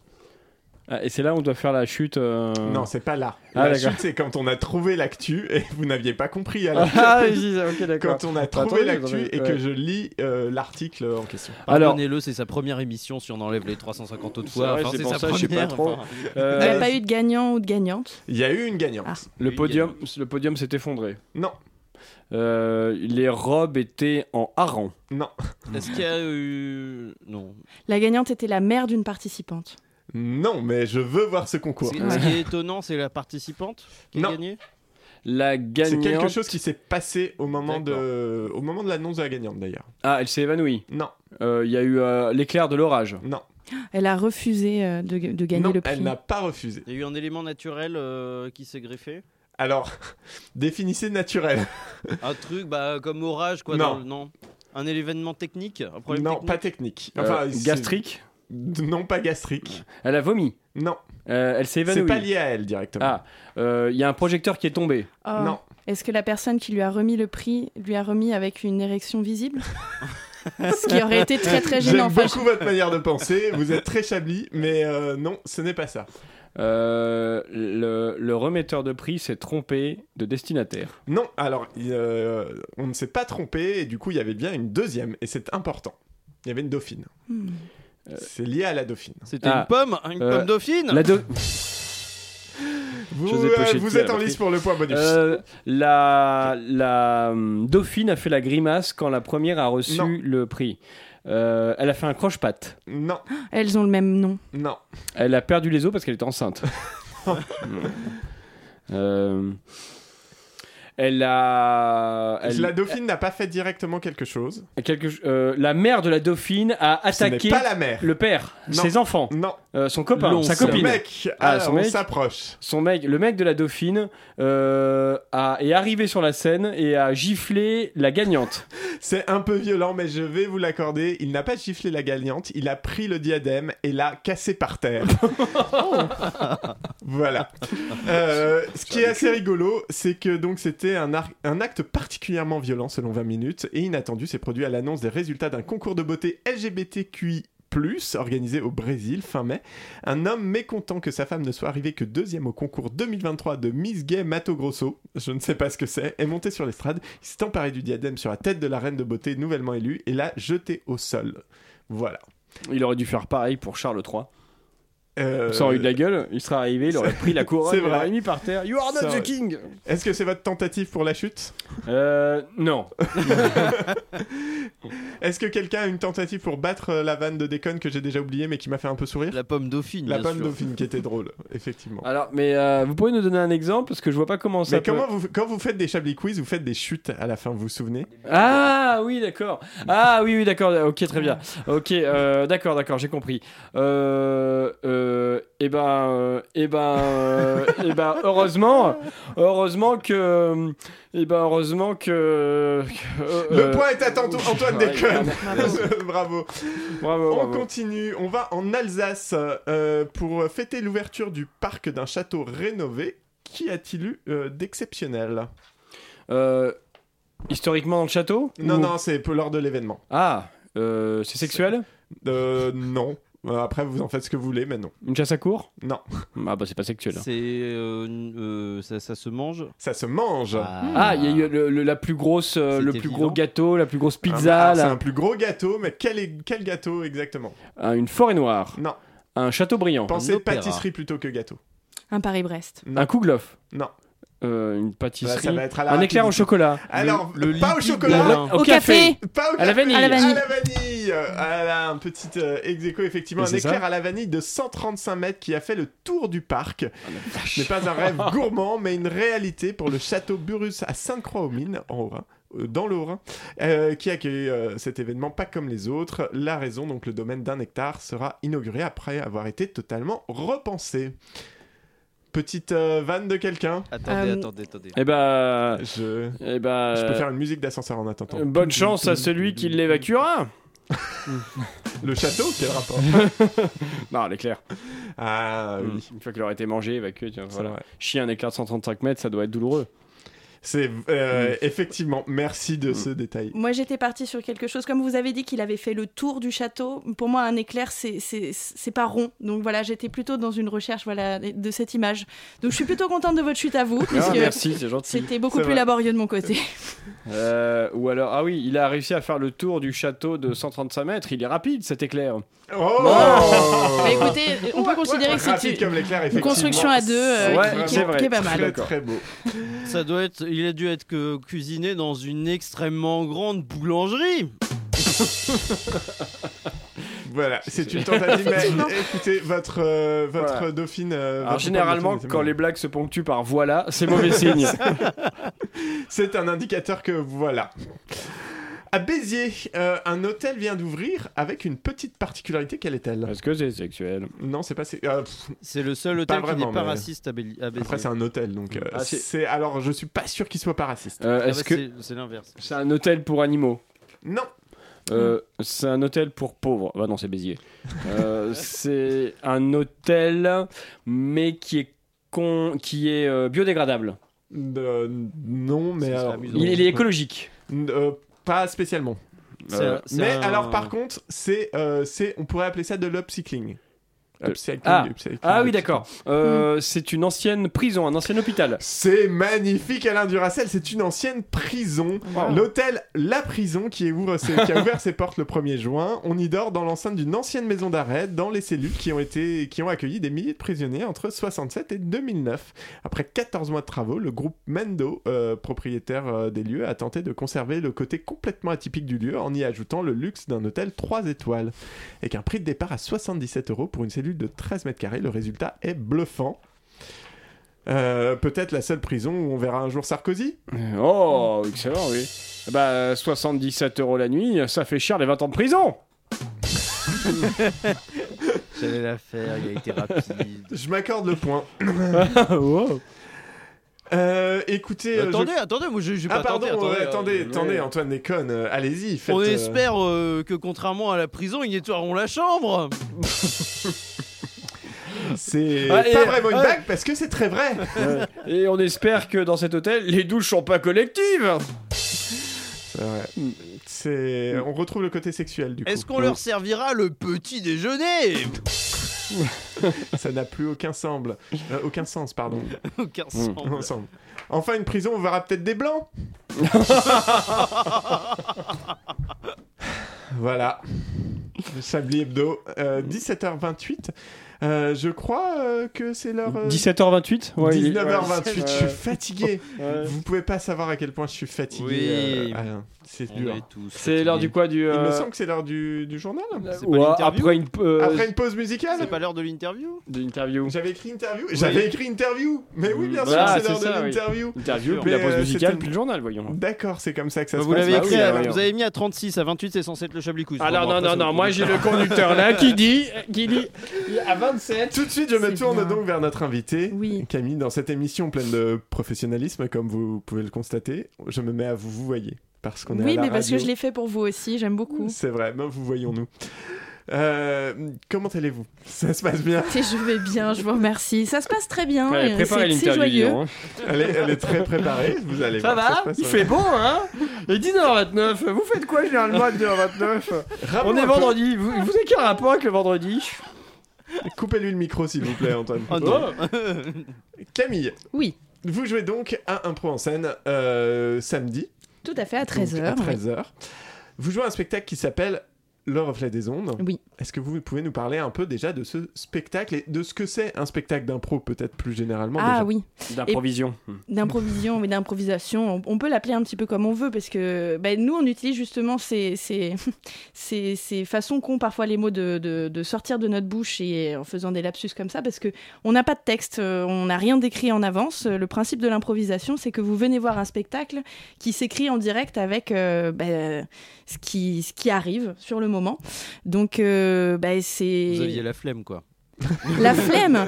[SPEAKER 8] Ah, et c'est là où on doit faire la chute. euh,
[SPEAKER 7] Non, c'est pas là.
[SPEAKER 8] Ah,
[SPEAKER 7] la
[SPEAKER 8] d'accord.
[SPEAKER 7] chute, c'est quand on a trouvé l'actu et vous n'aviez pas compris. alors.
[SPEAKER 8] Ah, oui, si, ok, d'accord.
[SPEAKER 7] Quand on a
[SPEAKER 8] Attends,
[SPEAKER 7] trouvé
[SPEAKER 8] oui,
[SPEAKER 7] l'actu
[SPEAKER 8] ouais.
[SPEAKER 7] et que je lis euh, l'article en question.
[SPEAKER 10] Pardonnez-le, c'est sa première émission si on enlève les 350 autres
[SPEAKER 7] C'est
[SPEAKER 10] fois.
[SPEAKER 7] vrai,
[SPEAKER 10] Enfin,
[SPEAKER 7] c'est
[SPEAKER 10] c'est
[SPEAKER 7] pour
[SPEAKER 10] sa
[SPEAKER 7] ça, je sais pas
[SPEAKER 10] première.
[SPEAKER 7] trop.
[SPEAKER 10] enfin.
[SPEAKER 2] Il n'y a pas eu de gagnant ou de gagnante.
[SPEAKER 7] Il y a eu une gagnante.
[SPEAKER 8] Euh, Le podium, le podium s'est effondré.
[SPEAKER 7] Non.
[SPEAKER 8] Euh, les robes étaient en hareng.
[SPEAKER 7] Non.
[SPEAKER 10] Est-ce qu'il y a eu. Non.
[SPEAKER 2] La gagnante était la mère d'une participante.
[SPEAKER 7] Non, mais je veux voir ce concours.
[SPEAKER 10] Ce qui est étonnant, c'est la participante qui a
[SPEAKER 7] Non.
[SPEAKER 10] gagné.
[SPEAKER 8] La
[SPEAKER 7] C'est
[SPEAKER 8] gagnante.
[SPEAKER 7] quelque chose qui s'est passé au moment de, au moment de l'annonce de la gagnante d'ailleurs.
[SPEAKER 8] Ah, elle s'est évanouie.
[SPEAKER 7] Non.
[SPEAKER 8] Il y a eu euh, l'éclair de l'orage.
[SPEAKER 7] Non.
[SPEAKER 2] Elle a refusé euh, de, de gagner le prix.
[SPEAKER 7] pas refusé.
[SPEAKER 10] Il y a eu un élément naturel euh, qui s'est greffé.
[SPEAKER 7] Alors, définissez naturel.
[SPEAKER 10] Un truc bah, comme orage, quoi.
[SPEAKER 7] Non.
[SPEAKER 10] dans le- non. Un événement technique Un problème
[SPEAKER 7] non,
[SPEAKER 10] technique
[SPEAKER 7] pas technique.
[SPEAKER 8] Euh,
[SPEAKER 7] c'est-
[SPEAKER 8] gastrique
[SPEAKER 7] Non, pas gastrique.
[SPEAKER 8] Elle a vomi. Euh,
[SPEAKER 7] Non.
[SPEAKER 8] elle s'est
[SPEAKER 7] C'est
[SPEAKER 8] évanouie.
[SPEAKER 7] pas lié à elle directement.
[SPEAKER 8] Ah, euh, il y a un projecteur qui est tombé.
[SPEAKER 2] Oh. Est-ce que la personne qui lui a remis le prix lui a remis avec une érection visible Ce qui aurait été très très gênant.
[SPEAKER 7] J'aime
[SPEAKER 2] Enfin,
[SPEAKER 7] beaucoup votre manière de penser. Vous êtes très chablis, mais euh, non, ce n'est pas ça.
[SPEAKER 8] Euh, le, le remetteur de prix s'est trompé de destinataire.
[SPEAKER 7] Non, alors, il, euh, on ne s'est pas trompé, et du coup, il y avait bien une deuxième, et c'est important. Il y avait une dauphine.
[SPEAKER 2] Hmm.
[SPEAKER 7] C'est lié à la dauphine.
[SPEAKER 10] C'était une pomme, une pomme dauphine.
[SPEAKER 8] Ah. Euh, la dau-
[SPEAKER 7] Vous,
[SPEAKER 8] José
[SPEAKER 7] euh,
[SPEAKER 8] Pochetti
[SPEAKER 7] vous
[SPEAKER 8] a
[SPEAKER 7] êtes en
[SPEAKER 8] repris.
[SPEAKER 7] lice pour le point bonus.
[SPEAKER 8] Euh, la, la hum, dauphine a fait la grimace quand la première a reçu
[SPEAKER 7] Non.
[SPEAKER 8] le prix. Euh, elle a fait un croche-patte.
[SPEAKER 7] Non,
[SPEAKER 2] Elles ont le même nom.
[SPEAKER 7] non.
[SPEAKER 8] Elle a perdu les os parce qu'elle était enceinte. Euh, elle a. elle-
[SPEAKER 7] La dauphine n'a pas fait directement quelque chose.
[SPEAKER 8] quelque ch- euh, la mère de la dauphine a
[SPEAKER 7] Ce n'est
[SPEAKER 8] attaqué
[SPEAKER 7] pas la mère.
[SPEAKER 8] le père,
[SPEAKER 7] Non.
[SPEAKER 8] ses enfants,
[SPEAKER 7] Non.
[SPEAKER 8] euh, son copain,
[SPEAKER 7] L'oncle.
[SPEAKER 8] sa copine. Ah,
[SPEAKER 7] Son mec. Alors, on s'approche.
[SPEAKER 8] Son mec, le mec de la dauphine euh, a- est arrivé sur la scène et a giflé la gagnante.
[SPEAKER 7] C'est un peu violent, mais je vais vous l'accorder. Il n'a pas giflé la gagnante, il a pris le diadème et l'a cassé par terre. voilà. Euh, ce qui est assez rigolo, c'est que donc c'était un, ar- un acte particulièrement violent selon 20 minutes et inattendu. C'est produit à l'annonce des résultats d'un concours de beauté LGBTQI. organisé au Brésil fin mai, un homme mécontent que sa femme ne soit arrivée que deuxième au concours 2023 de Miss Gay Mato Grosso, je ne sais pas ce que c'est, est monté sur l'estrade, il s'est emparé du diadème sur la tête de la reine de beauté nouvellement élue et l'a jeté au sol. Voilà.
[SPEAKER 8] Il aurait dû faire pareil pour Charles III.
[SPEAKER 7] Euh,
[SPEAKER 8] Ça aurait eu de la gueule, il serait arrivé, il aurait pris la couronne,
[SPEAKER 7] C'est
[SPEAKER 8] il l'aurait
[SPEAKER 7] vrai.
[SPEAKER 8] mis par terre. You are
[SPEAKER 7] Ça
[SPEAKER 8] not
[SPEAKER 7] aurait-
[SPEAKER 8] the king
[SPEAKER 7] Est-ce que c'est votre tentative pour la chute
[SPEAKER 8] Euh, non.
[SPEAKER 7] Est-ce que quelqu'un a une tentative pour battre euh, la vanne de déconne que j'ai déjà oubliée mais qui m'a fait un peu sourire
[SPEAKER 10] La pomme dauphine.
[SPEAKER 7] La
[SPEAKER 10] bien
[SPEAKER 7] pomme
[SPEAKER 10] sûr.
[SPEAKER 7] dauphine qui était drôle, effectivement.
[SPEAKER 8] Alors, mais euh, vous pouvez nous donner un exemple parce que je vois pas comment ça.
[SPEAKER 7] mais
[SPEAKER 8] peut-
[SPEAKER 7] comment vous, quand vous faites des Chablis quiz, vous faites des chutes à la fin, vous vous souvenez
[SPEAKER 8] Ah oui, d'accord. Ah oui, oui, d'accord. Ok, très bien. Ok, euh, d'accord, d'accord, j'ai compris. Euh, euh, eh ben, euh, eh ben, euh, eh ben, heureusement, heureusement que, eh ben, heureusement que. que-
[SPEAKER 7] Le
[SPEAKER 8] euh,
[SPEAKER 7] point est à tantôt, Antoine
[SPEAKER 8] ouais,
[SPEAKER 7] Déconne.
[SPEAKER 8] merde.
[SPEAKER 7] Bravo.
[SPEAKER 8] Bravo,
[SPEAKER 7] On
[SPEAKER 8] bravo.
[SPEAKER 7] continue. On va en Alsace euh, pour fêter l'ouverture du parc d'un château rénové. Qui a-t-il eu euh, d'exceptionnel
[SPEAKER 8] Euh, historiquement dans le château
[SPEAKER 7] Non,
[SPEAKER 8] Ou-
[SPEAKER 7] non, c'est peu lors de l'événement.
[SPEAKER 8] Ah, euh, c'est sexuel
[SPEAKER 7] Euh, non. Euh, Après, vous en faites ce que vous voulez, mais non.
[SPEAKER 8] Une chasse à cour
[SPEAKER 7] Non.
[SPEAKER 8] Ah bah c'est pas sexuel.
[SPEAKER 10] C'est. euh, une- euh, ça, ça se mange.
[SPEAKER 7] Ça se mange.
[SPEAKER 8] Ah, il y a eu le- le- la plus grosse, euh, le
[SPEAKER 10] C'était
[SPEAKER 8] plus
[SPEAKER 10] vivant.
[SPEAKER 8] gros gâteau, la plus grosse
[SPEAKER 7] Ah,
[SPEAKER 8] pizza,
[SPEAKER 7] C'est
[SPEAKER 8] la-
[SPEAKER 7] un plus gros gâteau, mais quel, est- quel gâteau exactement
[SPEAKER 8] un- une forêt noire,
[SPEAKER 7] Non.
[SPEAKER 8] un château brillant,
[SPEAKER 7] Pensez
[SPEAKER 10] opéra.
[SPEAKER 7] pâtisserie plutôt que gâteau.
[SPEAKER 2] Un Paris-Brest.
[SPEAKER 7] Non.
[SPEAKER 8] un kouglof,
[SPEAKER 7] Non.
[SPEAKER 8] euh, une pâtisserie,
[SPEAKER 7] Bah, ça va être à la
[SPEAKER 8] un éclair au
[SPEAKER 7] rapidité.
[SPEAKER 8] chocolat.
[SPEAKER 7] Alors,
[SPEAKER 10] le
[SPEAKER 7] pas au
[SPEAKER 10] liquide
[SPEAKER 7] chocolat.
[SPEAKER 8] Au,
[SPEAKER 2] Au
[SPEAKER 8] café.
[SPEAKER 2] café.
[SPEAKER 7] Pas au
[SPEAKER 8] À la
[SPEAKER 7] café,
[SPEAKER 8] vanille.
[SPEAKER 2] À la vanille.
[SPEAKER 7] À la vanille. Euh, Ah là, un petit euh, ex aequo, effectivement.
[SPEAKER 8] Et
[SPEAKER 7] un
[SPEAKER 8] c'est ça
[SPEAKER 7] éclair à la vanille de 135 mètres qui a fait le tour du parc. Ce n'est pas un rêve gourmand, mais une réalité pour le château Burus à Sainte-Croix-aux-Mines, en Haut-Rhin. euh, Dans le Haut-Rhin, euh, qui accueille euh, cet événement pas comme les autres. La raison, donc le domaine d'un hectare, sera inauguré après avoir été totalement repensé. Petite euh, vanne de quelqu'un.
[SPEAKER 10] Attendez,
[SPEAKER 2] Euh,
[SPEAKER 10] attendez, attendez.
[SPEAKER 8] Eh ben,
[SPEAKER 7] Je...
[SPEAKER 8] eh ben,
[SPEAKER 7] je peux faire une musique d'ascenseur en attendant.
[SPEAKER 8] euh, bonne chance à celui qui l'évacuera.
[SPEAKER 7] Le château, quel rapport
[SPEAKER 8] Non, Bah, l'éclair.
[SPEAKER 7] Ah oui.
[SPEAKER 8] Une fois qu'il aurait été mangé, évacué, tiens,
[SPEAKER 7] C'est
[SPEAKER 8] Hmm, voilà.
[SPEAKER 7] vrai.
[SPEAKER 8] Chier un éclair de 135 mètres, ça doit être douloureux.
[SPEAKER 7] C'est
[SPEAKER 8] Hmm.
[SPEAKER 7] euh, effectivement. Merci de ce détail.
[SPEAKER 2] Moi, j'étais partie sur quelque chose. Comme vous avez dit qu'il avait fait le tour du château, pour moi, un éclair, c'est- c'est c'est pas rond. Donc voilà, j'étais plutôt dans une recherche voilà, de cette image. Donc je suis plutôt contente de votre chute à vous. puisque
[SPEAKER 8] Ah, merci, c'est gentil.
[SPEAKER 2] C'était beaucoup
[SPEAKER 8] C'est
[SPEAKER 2] plus
[SPEAKER 8] vrai.
[SPEAKER 2] laborieux de mon côté.
[SPEAKER 8] Euh, ou alors, ah oui, il a réussi à faire le tour du château de 135 mètres. Il est rapide, cet éclair.
[SPEAKER 7] Oh
[SPEAKER 2] Mais Bah, écoutez, on peut considérer que c'est
[SPEAKER 7] Rapide comme l'éclair,
[SPEAKER 2] une
[SPEAKER 7] effectivement.
[SPEAKER 2] construction à deux euh,
[SPEAKER 7] Ouais,
[SPEAKER 2] qui- qui,
[SPEAKER 7] c'est vrai.
[SPEAKER 2] qui est pas mal.
[SPEAKER 7] Très, très beau.
[SPEAKER 10] Ça doit être, il a dû être que- cuisiné dans une extrêmement grande boulangerie.
[SPEAKER 7] Voilà, c'est une tentative. mais écoutez, votre, euh, votre
[SPEAKER 8] Voilà.
[SPEAKER 7] dauphine. euh,
[SPEAKER 8] Alors
[SPEAKER 7] votre
[SPEAKER 8] généralement,
[SPEAKER 7] dauphine, c'est
[SPEAKER 8] quand
[SPEAKER 7] bon.
[SPEAKER 8] les blagues se ponctuent par voilà, c'est mauvais signe.
[SPEAKER 7] C'est un indicateur que voilà. À Béziers, euh, un hôtel vient d'ouvrir avec une petite particularité. Quelle est-elle
[SPEAKER 8] Est-ce que c'est sexuel
[SPEAKER 7] Non, c'est pas. C'est euh,
[SPEAKER 10] le seul
[SPEAKER 8] hôtel qui n'est pas
[SPEAKER 10] raciste à Bé- à Béziers.
[SPEAKER 7] Après, c'est un hôtel, donc. euh,
[SPEAKER 10] Ah, c'est-
[SPEAKER 7] c'est alors, je suis pas sûr qu'il soit pas raciste.
[SPEAKER 8] Euh, est-ce que
[SPEAKER 10] Ah, bah, C'est l'inverse.
[SPEAKER 8] c'est un hôtel pour animaux
[SPEAKER 7] Non.
[SPEAKER 8] Euh, c'est un hôtel pour pauvres. Bah non, c'est Béziers. Euh, c'est un hôtel, mais qui est con, qui est euh, biodégradable.
[SPEAKER 7] Euh, non, mais alors.
[SPEAKER 8] Il, est- il est écologique.
[SPEAKER 7] Euh, pas spécialement.
[SPEAKER 8] C'est un- Euh, c'est
[SPEAKER 7] Euh, mais
[SPEAKER 8] un-
[SPEAKER 7] alors, par contre, c'est, euh, c'est, on pourrait appeler ça de l'upcycling. Upcycling,
[SPEAKER 8] Ah,
[SPEAKER 7] upcycling,
[SPEAKER 8] Ah oui,
[SPEAKER 7] upcycling.
[SPEAKER 8] d'accord. Euh, C'est une ancienne prison, un ancien hôpital.
[SPEAKER 7] C'est magnifique, Alain Duracel. C'est une ancienne prison. L'hôtel La Prison qui, ouvre ses- qui a ouvert ses portes le 1er juin. On y dort dans l'enceinte d'une ancienne maison d'arrêt, dans les cellules qui ont, été, qui ont accueilli des milliers de prisonniers entre 67 et 2009. Après 14 mois de travaux, le groupe Mendo, euh, propriétaire euh, des lieux, a tenté de conserver le côté complètement atypique du lieu en y ajoutant le luxe d'un hôtel 3 étoiles. Avec un prix de départ à 77 euros pour une cellule de 13 mètres carrés, le résultat est bluffant. Euh, peut-être la seule prison où on verra un jour Sarkozy
[SPEAKER 8] Oh, excellent, oui. Bah, 77 euros la nuit, ça fait cher les 20 ans de prison.
[SPEAKER 10] J'allais la faire, il a été rapide.
[SPEAKER 7] Je m'accorde le point.
[SPEAKER 8] Ah,
[SPEAKER 7] Euh, écoutez. euh,
[SPEAKER 10] Attendez,
[SPEAKER 7] je-
[SPEAKER 10] attendez, moi j'ai j'ai
[SPEAKER 7] Ah,
[SPEAKER 10] pas
[SPEAKER 7] pardon,
[SPEAKER 10] tenté, attendez,
[SPEAKER 7] ouais,
[SPEAKER 10] euh,
[SPEAKER 7] attendez,
[SPEAKER 10] euh,
[SPEAKER 7] attendez,
[SPEAKER 10] ouais.
[SPEAKER 7] Antoine déconne. euh, Allez-y, faites.
[SPEAKER 10] On
[SPEAKER 7] euh,
[SPEAKER 10] espère euh, que contrairement à la prison, ils nettoieront la chambre.
[SPEAKER 7] C'est
[SPEAKER 8] Ah, et-
[SPEAKER 7] pas vraiment une
[SPEAKER 8] ah,
[SPEAKER 7] blague parce que c'est très vrai.
[SPEAKER 8] Ouais. Et on espère que dans cet hôtel, les douches sont pas collectives.
[SPEAKER 7] C'est vrai. C'est- On retrouve le côté sexuel du coup.
[SPEAKER 10] Est-ce qu'on leur servira le petit déjeuner
[SPEAKER 7] Ça n'a plus aucun semble. Euh, aucun sens, pardon.
[SPEAKER 10] Aucun semble.
[SPEAKER 7] Ensemble. Enfin, une prison, on verra peut-être des blancs. voilà. Le Chablis Hebdo, euh, 17h28. Euh, je crois euh, que c'est l'heure. euh,
[SPEAKER 8] 17h28 Ouais, il est-
[SPEAKER 7] 19h28,
[SPEAKER 8] ouais.
[SPEAKER 7] je suis fatigué.
[SPEAKER 8] Euh, Ouais.
[SPEAKER 7] Vous pouvez pas savoir à quel point je suis fatigué.
[SPEAKER 10] Oui.
[SPEAKER 7] euh, Alain. c'est
[SPEAKER 10] On
[SPEAKER 7] dur.
[SPEAKER 10] est tous
[SPEAKER 8] C'est l'heure du quoi du.
[SPEAKER 7] Il me
[SPEAKER 8] euh,
[SPEAKER 7] semble que c'est l'heure du, du journal.
[SPEAKER 10] C'est
[SPEAKER 8] ouais,
[SPEAKER 10] pas l'interview
[SPEAKER 8] après une. euh,
[SPEAKER 7] Après une pause musicale
[SPEAKER 10] C'est pas l'heure de l'interview
[SPEAKER 8] de l'interview.
[SPEAKER 7] J'avais écrit interview. J'avais écrit interview. Mais oui, bien sûr,
[SPEAKER 8] Voilà,
[SPEAKER 7] c'est l'heure
[SPEAKER 8] ça,
[SPEAKER 7] de
[SPEAKER 8] oui.
[SPEAKER 7] l'interview.
[SPEAKER 8] Interview, puis
[SPEAKER 7] Mais,
[SPEAKER 8] la pause
[SPEAKER 7] euh,
[SPEAKER 8] musicale,
[SPEAKER 7] c'était-
[SPEAKER 8] puis le journal, voyons.
[SPEAKER 7] D'accord, c'est comme ça que ça se
[SPEAKER 10] Vous
[SPEAKER 7] passe.
[SPEAKER 10] l'avez
[SPEAKER 7] Bah
[SPEAKER 10] écrit,
[SPEAKER 7] oui,
[SPEAKER 10] à-
[SPEAKER 7] oui,
[SPEAKER 10] vous avez mis à 36, à 28, c'est censé être le Chablis Quiz.
[SPEAKER 8] Alors
[SPEAKER 10] Bon,
[SPEAKER 8] non,
[SPEAKER 10] après,
[SPEAKER 8] non,
[SPEAKER 10] ça
[SPEAKER 8] non,
[SPEAKER 10] vous-
[SPEAKER 8] moi j'ai le conducteur là qui dit, qui dit à 27.
[SPEAKER 7] Tout de suite, je me tourne donc vers notre invité, Camille, dans cette émission pleine de professionnalisme, comme vous pouvez le constater. Je me mets à vous vous voyez, parce qu'on est à
[SPEAKER 2] Oui,
[SPEAKER 7] la
[SPEAKER 2] mais parce que
[SPEAKER 7] radio.
[SPEAKER 2] je l'ai fait pour vous aussi, j'aime beaucoup.
[SPEAKER 7] C'est vrai, ben vous voyons nous. Euh, comment allez-vous Ça se passe bien
[SPEAKER 2] Écoutez, je vais bien, je vous remercie. Ça se passe très bien,
[SPEAKER 7] Allez,
[SPEAKER 2] euh,
[SPEAKER 7] préparez
[SPEAKER 2] c'est c'est
[SPEAKER 7] l'interview, dis
[SPEAKER 2] joyeux.
[SPEAKER 7] donc, hein. elle, est, elle est très préparée, vous allez
[SPEAKER 8] Ça
[SPEAKER 7] voir,
[SPEAKER 8] va
[SPEAKER 7] se passe
[SPEAKER 8] Il
[SPEAKER 7] bien.
[SPEAKER 8] fait beau hein Et 19h29, vous faites quoi généralement à 19h29 On
[SPEAKER 7] Rappelons
[SPEAKER 8] est
[SPEAKER 7] un peu-
[SPEAKER 8] vendredi, vous, vous avez quel rapport avec le vendredi
[SPEAKER 7] Coupez-lui le micro, s'il vous plaît, Antoine.
[SPEAKER 10] Oh non.
[SPEAKER 7] Camille.
[SPEAKER 2] Oui.
[SPEAKER 7] Vous jouez donc à Impro en scène euh, samedi.
[SPEAKER 2] Tout à fait, à
[SPEAKER 7] donc
[SPEAKER 2] 13h.
[SPEAKER 7] À 13h. Vous jouez à un spectacle qui s'appelle Le reflet des ondes.
[SPEAKER 2] Oui.
[SPEAKER 7] Est-ce que vous pouvez nous parler un peu déjà de ce spectacle et de ce que c'est un spectacle d'impro, peut-être plus généralement
[SPEAKER 2] Ah
[SPEAKER 7] déjà
[SPEAKER 2] oui.
[SPEAKER 8] D'improvision.
[SPEAKER 2] D'improvision, mais d'improvisation, on, on peut l'appeler un petit peu comme on veut, parce que ben, nous, on utilise justement ces, ces, ces, ces façons qu'ont parfois les mots de, de- de sortir de notre bouche et en faisant des lapsus comme ça, parce que on n'a pas de texte, euh, on n'a rien d'écrit en avance. Le principe de l'improvisation, c'est que vous venez voir un spectacle qui s'écrit en direct avec euh, ben, ce, qui, ce qui arrive sur le moment. Donc, euh, ben, c'est...
[SPEAKER 10] Vous aviez la flemme, quoi.
[SPEAKER 2] La flemme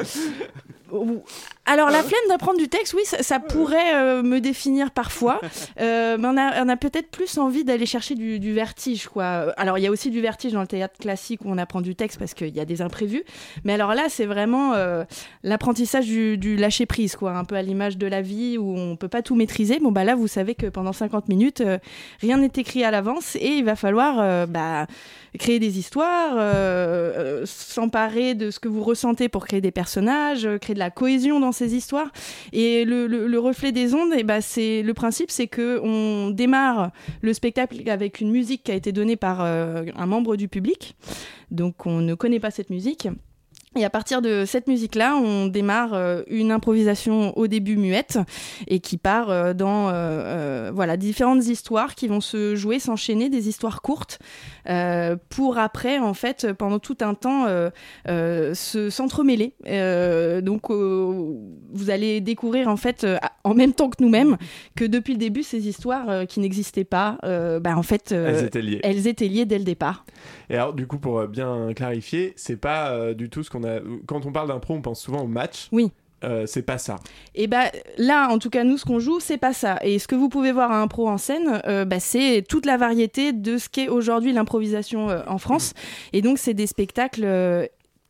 [SPEAKER 2] Ou- Alors la flemme d'apprendre du texte, oui, ça, ça pourrait euh, me définir parfois, Euh, mais on a, on a peut-être plus envie d'aller chercher du, du vertige, quoi. Alors il y a aussi du vertige dans le théâtre classique où on apprend du texte parce qu'il y a des imprévus, mais alors là c'est vraiment euh, l'apprentissage du, du lâcher prise, quoi, un peu à l'image de la vie où on peut pas tout maîtriser. Bon bah là vous savez que pendant 50 minutes euh, rien n'est écrit à l'avance et il va falloir euh, bah, créer des histoires, euh, euh, s'emparer de ce que vous ressentez pour créer des personnages, euh, créer de la cohésion dans ces histoires. Et le, le- le reflet des ondes, et bah, c'est le principe, c'est que on démarre le spectacle avec une musique qui a été donnée par euh, un membre du public, donc on ne connaît pas cette musique. Et à partir de cette musique-là, on démarre euh, une improvisation au début muette et qui part euh, dans euh, euh, voilà différentes histoires qui vont se jouer, s'enchaîner, des histoires courtes euh, pour après en fait pendant tout un temps euh, euh, se s'entremêler. Euh, donc euh, vous allez découvrir en fait euh, en même temps que nous-mêmes que depuis le début ces histoires euh, qui n'existaient pas, euh, bah, en fait euh,
[SPEAKER 7] Elles étaient liées.
[SPEAKER 2] elles étaient liées dès le départ.
[SPEAKER 7] Et alors, du coup, pour euh, bien clarifier, c'est pas euh, du tout ce qu'on a. Quand on parle d'impro, on pense souvent au match. Euh,
[SPEAKER 2] Oui.
[SPEAKER 7] c'est pas ça.
[SPEAKER 2] Et bah là, en tout cas, nous, ce qu'on joue, c'est pas ça. Et ce que vous pouvez voir à Impro en scène, euh, bah, c'est toute la variété de ce qu'est aujourd'hui l'improvisation euh, en France. Et donc, c'est des spectacles. euh,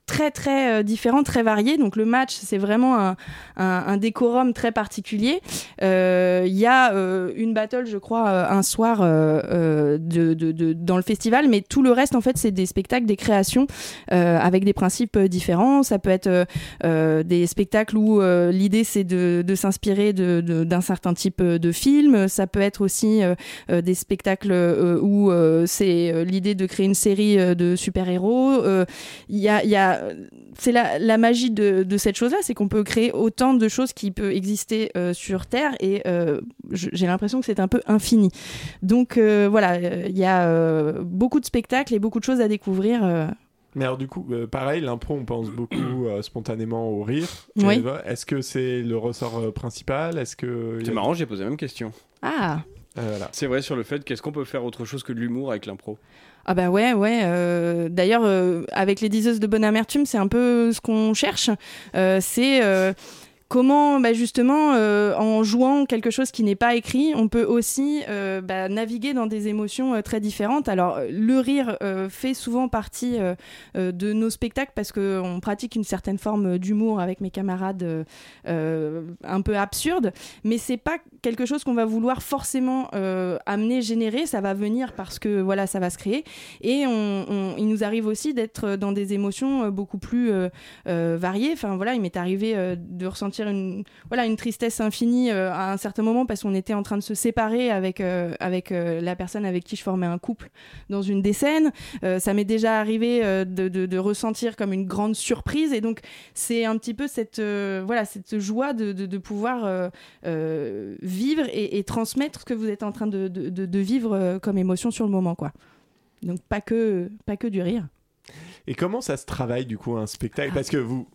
[SPEAKER 2] très très euh, différents, très variés. Donc le match, c'est vraiment un, un- un décorum très particulier. Euh, Il y a euh, une battle, je crois, euh, un soir euh, euh, de, de- de- dans le festival, mais tout le reste, en fait, c'est des spectacles, des créations euh, avec des principes euh, différents. Ça peut être euh, euh, des spectacles où euh, l'idée, c'est de, de s'inspirer de- de- d'un certain type euh, de film. Ça peut être aussi euh, euh, des spectacles euh, où euh, c'est euh, l'idée de créer une série euh, de super-héros. Euh, Il y a, il y a- c'est la, la magie de, de cette chose-là, c'est qu'on peut créer autant de choses qui peuvent exister euh, sur Terre et euh, je- j'ai l'impression que c'est un peu infini. Donc euh, voilà, euh, il y a euh, beaucoup de spectacles et beaucoup de choses à découvrir. euh.
[SPEAKER 7] Mais alors, du coup, euh, pareil, l'impro, on pense beaucoup euh, spontanément au rire.
[SPEAKER 2] Oui.
[SPEAKER 7] Et, euh, Est-ce que c'est le ressort euh, principal Est-ce que.
[SPEAKER 16] C'est marrant, j'ai posé la même question.
[SPEAKER 2] Ah
[SPEAKER 7] Euh,
[SPEAKER 16] C'est vrai sur le fait qu'est-ce qu'on peut faire autre chose que de l'humour avec l'impro
[SPEAKER 2] Ah bah ouais, ouais. euh, D'ailleurs, euh, avec les diseuses de bonne amertume, c'est un peu ce qu'on cherche. Euh, c'est euh, comment, bah justement, euh, en jouant quelque chose qui n'est pas écrit, on peut aussi euh, bah, naviguer dans des émotions euh, très différentes. Alors, euh, le rire euh, fait souvent partie euh, euh, de nos spectacles parce qu'on pratique une certaine forme d'humour avec mes camarades euh, euh, un peu absurde, mais c'est pas quelque chose qu'on va vouloir forcément euh, amener, générer, ça va venir parce que voilà, ça va se créer. Et on- on- il nous arrive aussi d'être dans des émotions euh, beaucoup plus euh, euh, variées. Enfin voilà, il m'est arrivé euh, de ressentir une, voilà, une tristesse infinie euh, à un certain moment parce qu'on était en train de se séparer avec, euh, avec euh, la personne avec qui je formais un couple dans une des scènes. Euh, ça m'est déjà arrivé euh, de, de- de ressentir comme une grande surprise. Et donc, c'est un petit peu cette, euh, voilà, cette joie de, de- de pouvoir euh, euh, vivre et, et transmettre ce que vous êtes en train de, de- de- de vivre euh, comme émotion sur le moment. quoi. Donc, pas que, pas que du rire.
[SPEAKER 7] Et comment ça se travaille, du coup, un spectacle Parce que vous.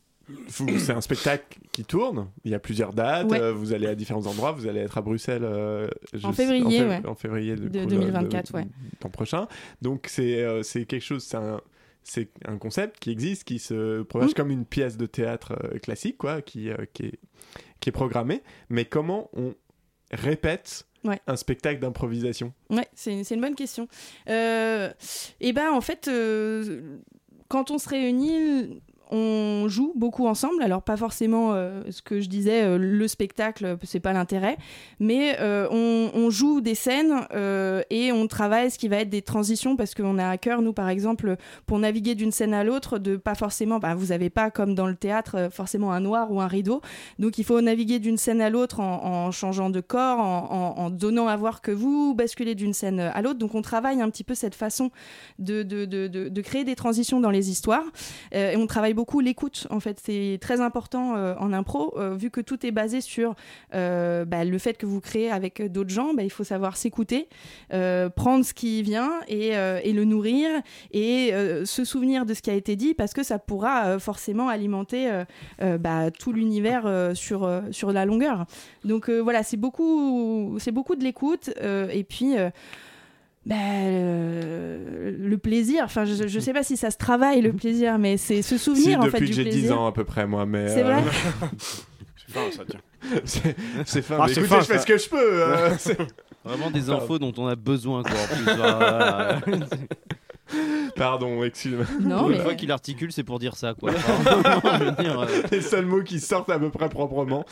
[SPEAKER 7] vous- c'est un spectacle qui tourne, il y a plusieurs dates,
[SPEAKER 2] Ouais.
[SPEAKER 7] euh, vous allez à différents endroits, vous allez être à Bruxelles euh, je
[SPEAKER 2] En
[SPEAKER 7] sais- en,
[SPEAKER 2] février,
[SPEAKER 7] fév-
[SPEAKER 2] ouais.
[SPEAKER 7] en février du
[SPEAKER 2] De
[SPEAKER 7] coup,
[SPEAKER 2] 2024, ouais.
[SPEAKER 7] l'an prochain. Donc c'est euh, c'est quelque chose, c'est un, c'est un concept qui existe, qui se propage
[SPEAKER 2] Mm.
[SPEAKER 7] comme une pièce de théâtre euh, classique, quoi, qui, euh, qui, est, qui est programmée. Mais comment on répète
[SPEAKER 2] Ouais.
[SPEAKER 7] un spectacle d'improvisation
[SPEAKER 2] Ouais, c'est une, c'est une bonne question. Euh, et ben en fait, euh, quand on se réunit, on joue beaucoup ensemble. Alors pas forcément euh, ce que je disais, euh, le spectacle, c'est pas l'intérêt, mais euh, on, on joue des scènes euh, et on travaille ce qui va être des transitions parce qu'on a à cœur nous par exemple pour naviguer d'une scène à l'autre de pas forcément, bah, vous avez pas comme dans le théâtre euh, forcément un noir ou un rideau, donc il faut naviguer d'une scène à l'autre en, en changeant de corps, en, en- en donnant à voir que vous basculez d'une scène à l'autre. Donc on travaille un petit peu cette façon de, de, de- de- de créer des transitions dans les histoires. Euh, et on travaille beaucoup l'écoute, en fait. C'est très important euh, en impro, euh, vu que tout est basé sur euh, bah, le fait que vous créez avec d'autres gens, bah, il faut savoir s'écouter, euh, prendre ce qui vient et, euh, et le nourrir et euh, se souvenir de ce qui a été dit parce que ça pourra euh, forcément alimenter euh, euh, bah, tout l'univers euh, sur, euh, sur la longueur. Donc euh, voilà, c'est beaucoup, c'est beaucoup de l'écoute euh, et puis. euh, bah, euh, le plaisir. Enfin, je, je sais pas si ça se travaille le plaisir, mais c'est se
[SPEAKER 7] Si,
[SPEAKER 2] souvenir en fait
[SPEAKER 7] depuis
[SPEAKER 2] du
[SPEAKER 7] que j'ai 10
[SPEAKER 2] plaisir.
[SPEAKER 7] ans à peu près, moi, mais. euh,
[SPEAKER 2] C'est vrai
[SPEAKER 16] C'est fin, ça, tiens.
[SPEAKER 7] C'est c'est fin.
[SPEAKER 10] Ah,
[SPEAKER 7] mais
[SPEAKER 10] c'est
[SPEAKER 7] écoutez,
[SPEAKER 10] fin,
[SPEAKER 7] je fais
[SPEAKER 10] ça.
[SPEAKER 7] ce que je peux. euh, c'est-
[SPEAKER 10] Vraiment des
[SPEAKER 7] Pardon.
[SPEAKER 10] infos dont on a besoin, quoi. En plus, Ah, voilà.
[SPEAKER 7] Pardon, excuse-moi.
[SPEAKER 2] Non,
[SPEAKER 10] Une
[SPEAKER 2] mais-
[SPEAKER 10] fois qu'il articule, c'est pour dire ça, quoi. Enfin, je veux dire, euh,
[SPEAKER 7] les seuls mots qui sortent à peu près proprement.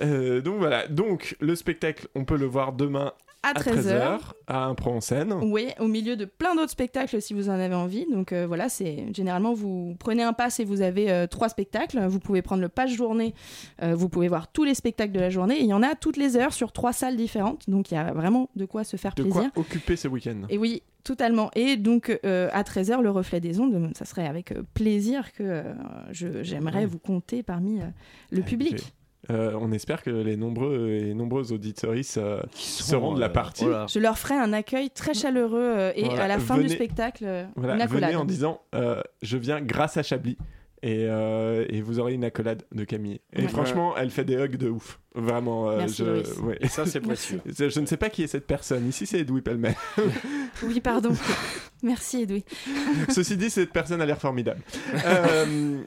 [SPEAKER 7] Euh, donc voilà, donc le spectacle, on peut le voir demain
[SPEAKER 2] À 13 heures.
[SPEAKER 7] à Impro en scène.
[SPEAKER 2] Oui, au milieu de plein d'autres spectacles si vous en avez envie. Donc euh, voilà, c'est généralement vous prenez un pass et vous avez euh, trois spectacles. Vous pouvez prendre le pass journée, euh, vous pouvez voir tous les spectacles de la journée. Et il y en a toutes les heures sur trois salles différentes. Donc il y a vraiment de quoi se faire
[SPEAKER 7] De
[SPEAKER 2] plaisir.
[SPEAKER 7] quoi occuper ce week-end.
[SPEAKER 2] Et oui, totalement. Et donc, euh, à 13h, le reflet des ondes, ça serait avec euh, plaisir que euh, je- j'aimerais vous compter parmi euh, le public.
[SPEAKER 7] Euh, on espère que les nombreux et nombreuses auditorices euh, seront de la
[SPEAKER 10] euh,
[SPEAKER 7] partie.
[SPEAKER 10] voilà.
[SPEAKER 2] Je leur ferai un accueil très chaleureux euh, et
[SPEAKER 7] Voilà,
[SPEAKER 2] à la fin
[SPEAKER 7] venez-
[SPEAKER 2] du spectacle, euh,
[SPEAKER 7] Voilà,
[SPEAKER 2] une accolade.
[SPEAKER 7] venez en disant euh, je viens grâce à Chablis et, euh, et vous aurez une accolade de Camille. Et
[SPEAKER 2] Ouais.
[SPEAKER 7] franchement, elle fait des hugs de ouf. Vraiment, euh,
[SPEAKER 2] Merci, Loïs.
[SPEAKER 7] je, ouais.
[SPEAKER 16] Et ça, c'est
[SPEAKER 2] Merci.
[SPEAKER 16] précieux.
[SPEAKER 7] Je je ne sais pas qui est cette personne. Ici, c'est Edoui Pellemel.
[SPEAKER 2] Oui, pardon. Merci, Edoui.
[SPEAKER 7] Ceci dit, cette personne a l'air formidable. Euh,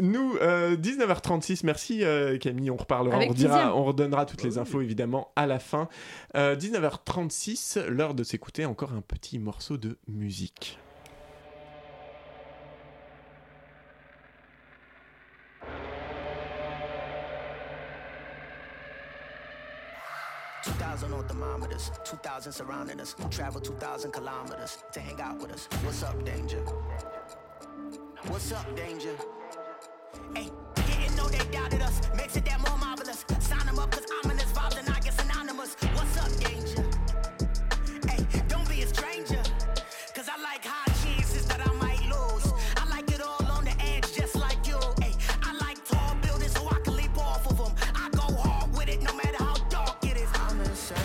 [SPEAKER 7] nous, euh, 19h36, merci euh, Camille, on reparlera,
[SPEAKER 2] Avec
[SPEAKER 7] on, redira,
[SPEAKER 2] plaisir.
[SPEAKER 7] on redonnera toutes les infos évidemment à la fin. Euh, 19h36, l'heure de s'écouter encore un petit morceau de musique.
[SPEAKER 4] Two thousand on thermometers, two thousand surrounding us. Travel two thousand kilometers to hang out with us. What's up, danger? What's up, danger? Hey, didn't know they doubted us. Makes it that more marvelous. Sign them up, cause ominous vibes and I get synonymous. What's up, danger? Hey, don't be a stranger. Cause I like high chances that I might lose. I like it all on the edge, just like you. Ay, I like tall buildings so I can leap off of them. I go hard with it no matter how dark it is. I'm insane,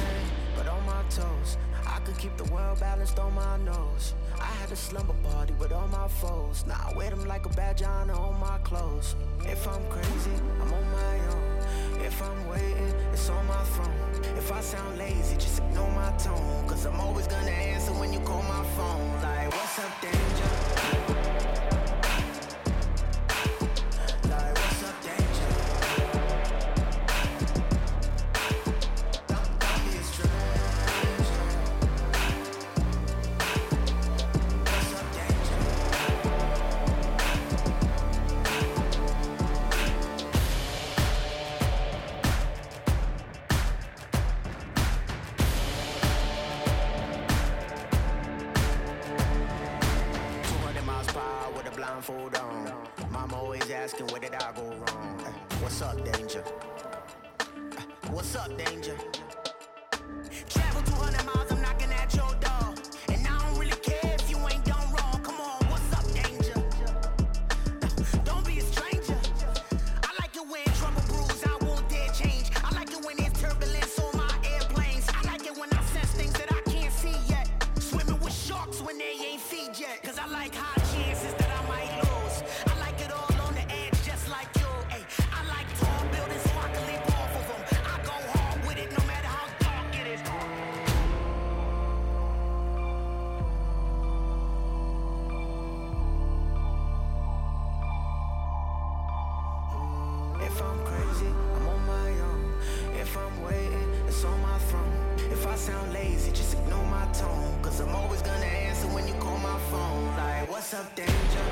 [SPEAKER 4] but on my toes. I can keep the world balanced on my nose. I had a slumber party with all my foes. Now I wear them like a badge of honor on my clothes. If I'm crazy, I'm on my own. If I'm waiting, it's on my phone. If I sound lazy, just ignore my tone. Cause I'm always gonna answer when you call my phone. Like, what's up, danger? Like, what's up, danger? Don't, don't be a stranger. What's up, danger? Two hundred miles per hour with a blindfold on. Mama always asking where did I go wrong. Eh, What's up, danger? Eh, What's up, danger? Travel 200 miles, I'm knocking at your door. And I don't really care if you ain't done wrong. Come on, what's up, danger? Eh, Don't be a stranger. I like it when trouble brews, I won't dare change. I like it when there's turbulence on my airplanes. I like it when I sense things that I can't see yet. Swimming with sharks when they ain't feed yet. Cause I like high chances that I might lose. I like it all on the edge, just like you. Ay, I like tall buildings so I can leap off of them. I go hard with it no matter how dark it is. If I'm crazy, I'm on my own. If I'm waiting, it's on my phone. If I sound lazy, just ignore my tone. Cause I'm always gonna answer when you call my phone. Like, what's up, danger?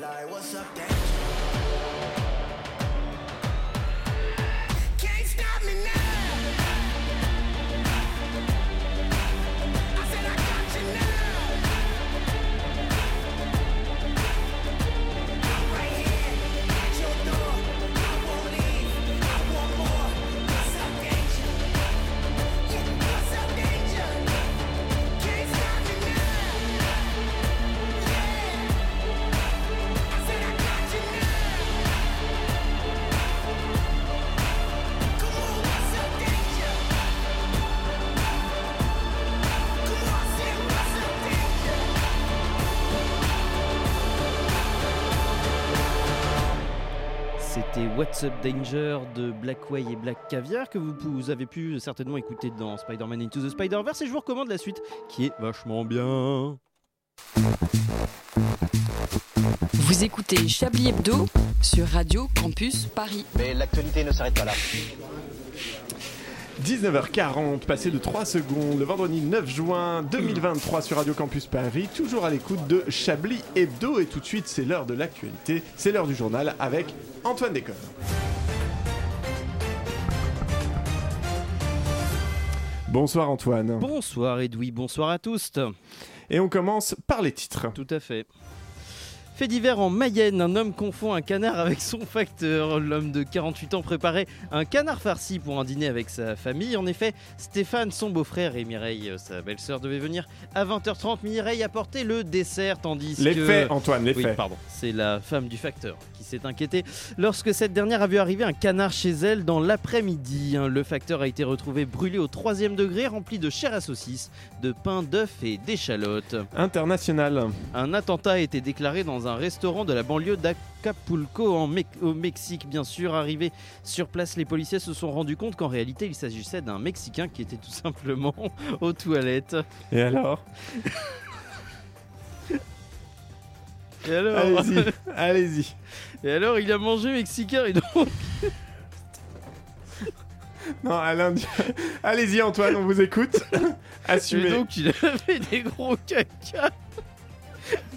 [SPEAKER 4] Like, what's up, danger? Can't stop me now. I said I got you now. I'm right here at your door. I won't leave. I want more. What's up, danger? Yeah, what's up, danger? Can't stop me now. Yeah. I said I got you
[SPEAKER 10] C'était What's Up Danger de Black Way et Black Caviar que vous, vous avez pu certainement écouter dans Spider-Man Into the Spider-Verse et je vous recommande la suite qui est vachement bien.
[SPEAKER 9] Vous écoutez Chablis Hebdo sur Radio Campus Paris.
[SPEAKER 3] Mais l'actualité ne s'arrête pas là.
[SPEAKER 7] 19h40, passé de 3 secondes, le vendredi 9 juin 2023 sur Radio Campus Paris, toujours à l'écoute de Chablis Hebdo. Et tout de suite, c'est l'heure de l'actualité, c'est l'heure du journal avec Antoine Déconne. Bonsoir Antoine.
[SPEAKER 10] Bonsoir Edoui, bonsoir à tous.
[SPEAKER 7] Et on commence par les titres.
[SPEAKER 10] Tout à fait. Fait divers en Mayenne, un homme confond un canard avec son facteur. L'homme de 48 ans préparait un canard farci pour un dîner avec sa famille. En effet, Stéphane, son beau-frère et Mireille, euh, sa belle-sœur, devaient venir à 20h30. Mireille apportait le dessert tandis
[SPEAKER 7] Les
[SPEAKER 10] que...
[SPEAKER 7] faits, Antoine, les
[SPEAKER 10] Oui,
[SPEAKER 7] faits.
[SPEAKER 10] pardon, c'est la femme du facteur qui s'est inquiétée lorsque cette dernière a vu arriver un canard chez elle dans l'après-midi. hein. Le facteur a été retrouvé brûlé au troisième degré, rempli de chair à saucisse, de pain d'œuf et d'échalotes.
[SPEAKER 7] International.
[SPEAKER 10] Un attentat a été déclaré dans un restaurant de la banlieue d'Acapulco en Mex- au Mexique, bien sûr. Arrivés sur place, les policiers se sont rendus compte qu'en réalité, il s'agissait d'un Mexicain qui était tout simplement aux toilettes.
[SPEAKER 7] Et alors
[SPEAKER 10] Et alors
[SPEAKER 7] Allez-y, allez-y.
[SPEAKER 10] Et alors, il a mangé mexicain et donc.
[SPEAKER 7] Non, Alain, dit- allez-y Antoine, on vous écoute. Assumez.
[SPEAKER 10] Et donc, il avait des gros caca.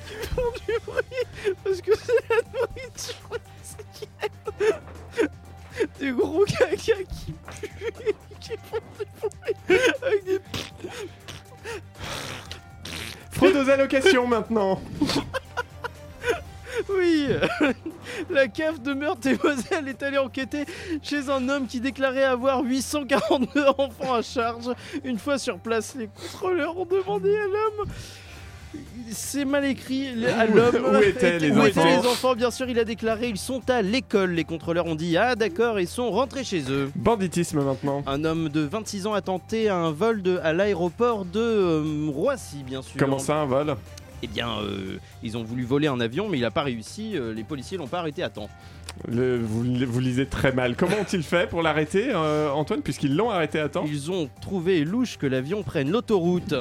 [SPEAKER 10] Qui font du bruit parce que c'est la nourriture mexicaine. Des gros caca qui puent, qui font du bruit avec des.
[SPEAKER 7] Fraude aux allocations maintenant.
[SPEAKER 10] Oui, la CAF de Meurthe et Moselle est allée enquêter chez un homme qui déclarait avoir 842 enfants à charge. Une fois sur place, les contrôleurs ont demandé à l'homme. C'est mal écrit le- à
[SPEAKER 7] Où-
[SPEAKER 10] l'homme.
[SPEAKER 7] où étaient les
[SPEAKER 10] Où étaient
[SPEAKER 7] enfants
[SPEAKER 10] les enfants Bien sûr, il a déclaré ils sont à l'école. Les contrôleurs ont dit ah d'accord, ils sont rentrés chez eux.
[SPEAKER 7] Banditisme maintenant.
[SPEAKER 10] Un homme de 26 ans a tenté un vol de, à l'aéroport de euh, Roissy, bien sûr.
[SPEAKER 7] Comment ça un vol
[SPEAKER 10] Eh bien, euh, ils ont voulu voler un avion, mais il n'a pas réussi. euh, les policiers l'ont pas arrêté à temps.
[SPEAKER 7] Le- vous, li- vous lisez très mal. Comment ont-ils fait pour l'arrêter, euh, Antoine, puisqu'ils l'ont arrêté à temps
[SPEAKER 10] Ils ont trouvé louche que l'avion prenne l'autoroute.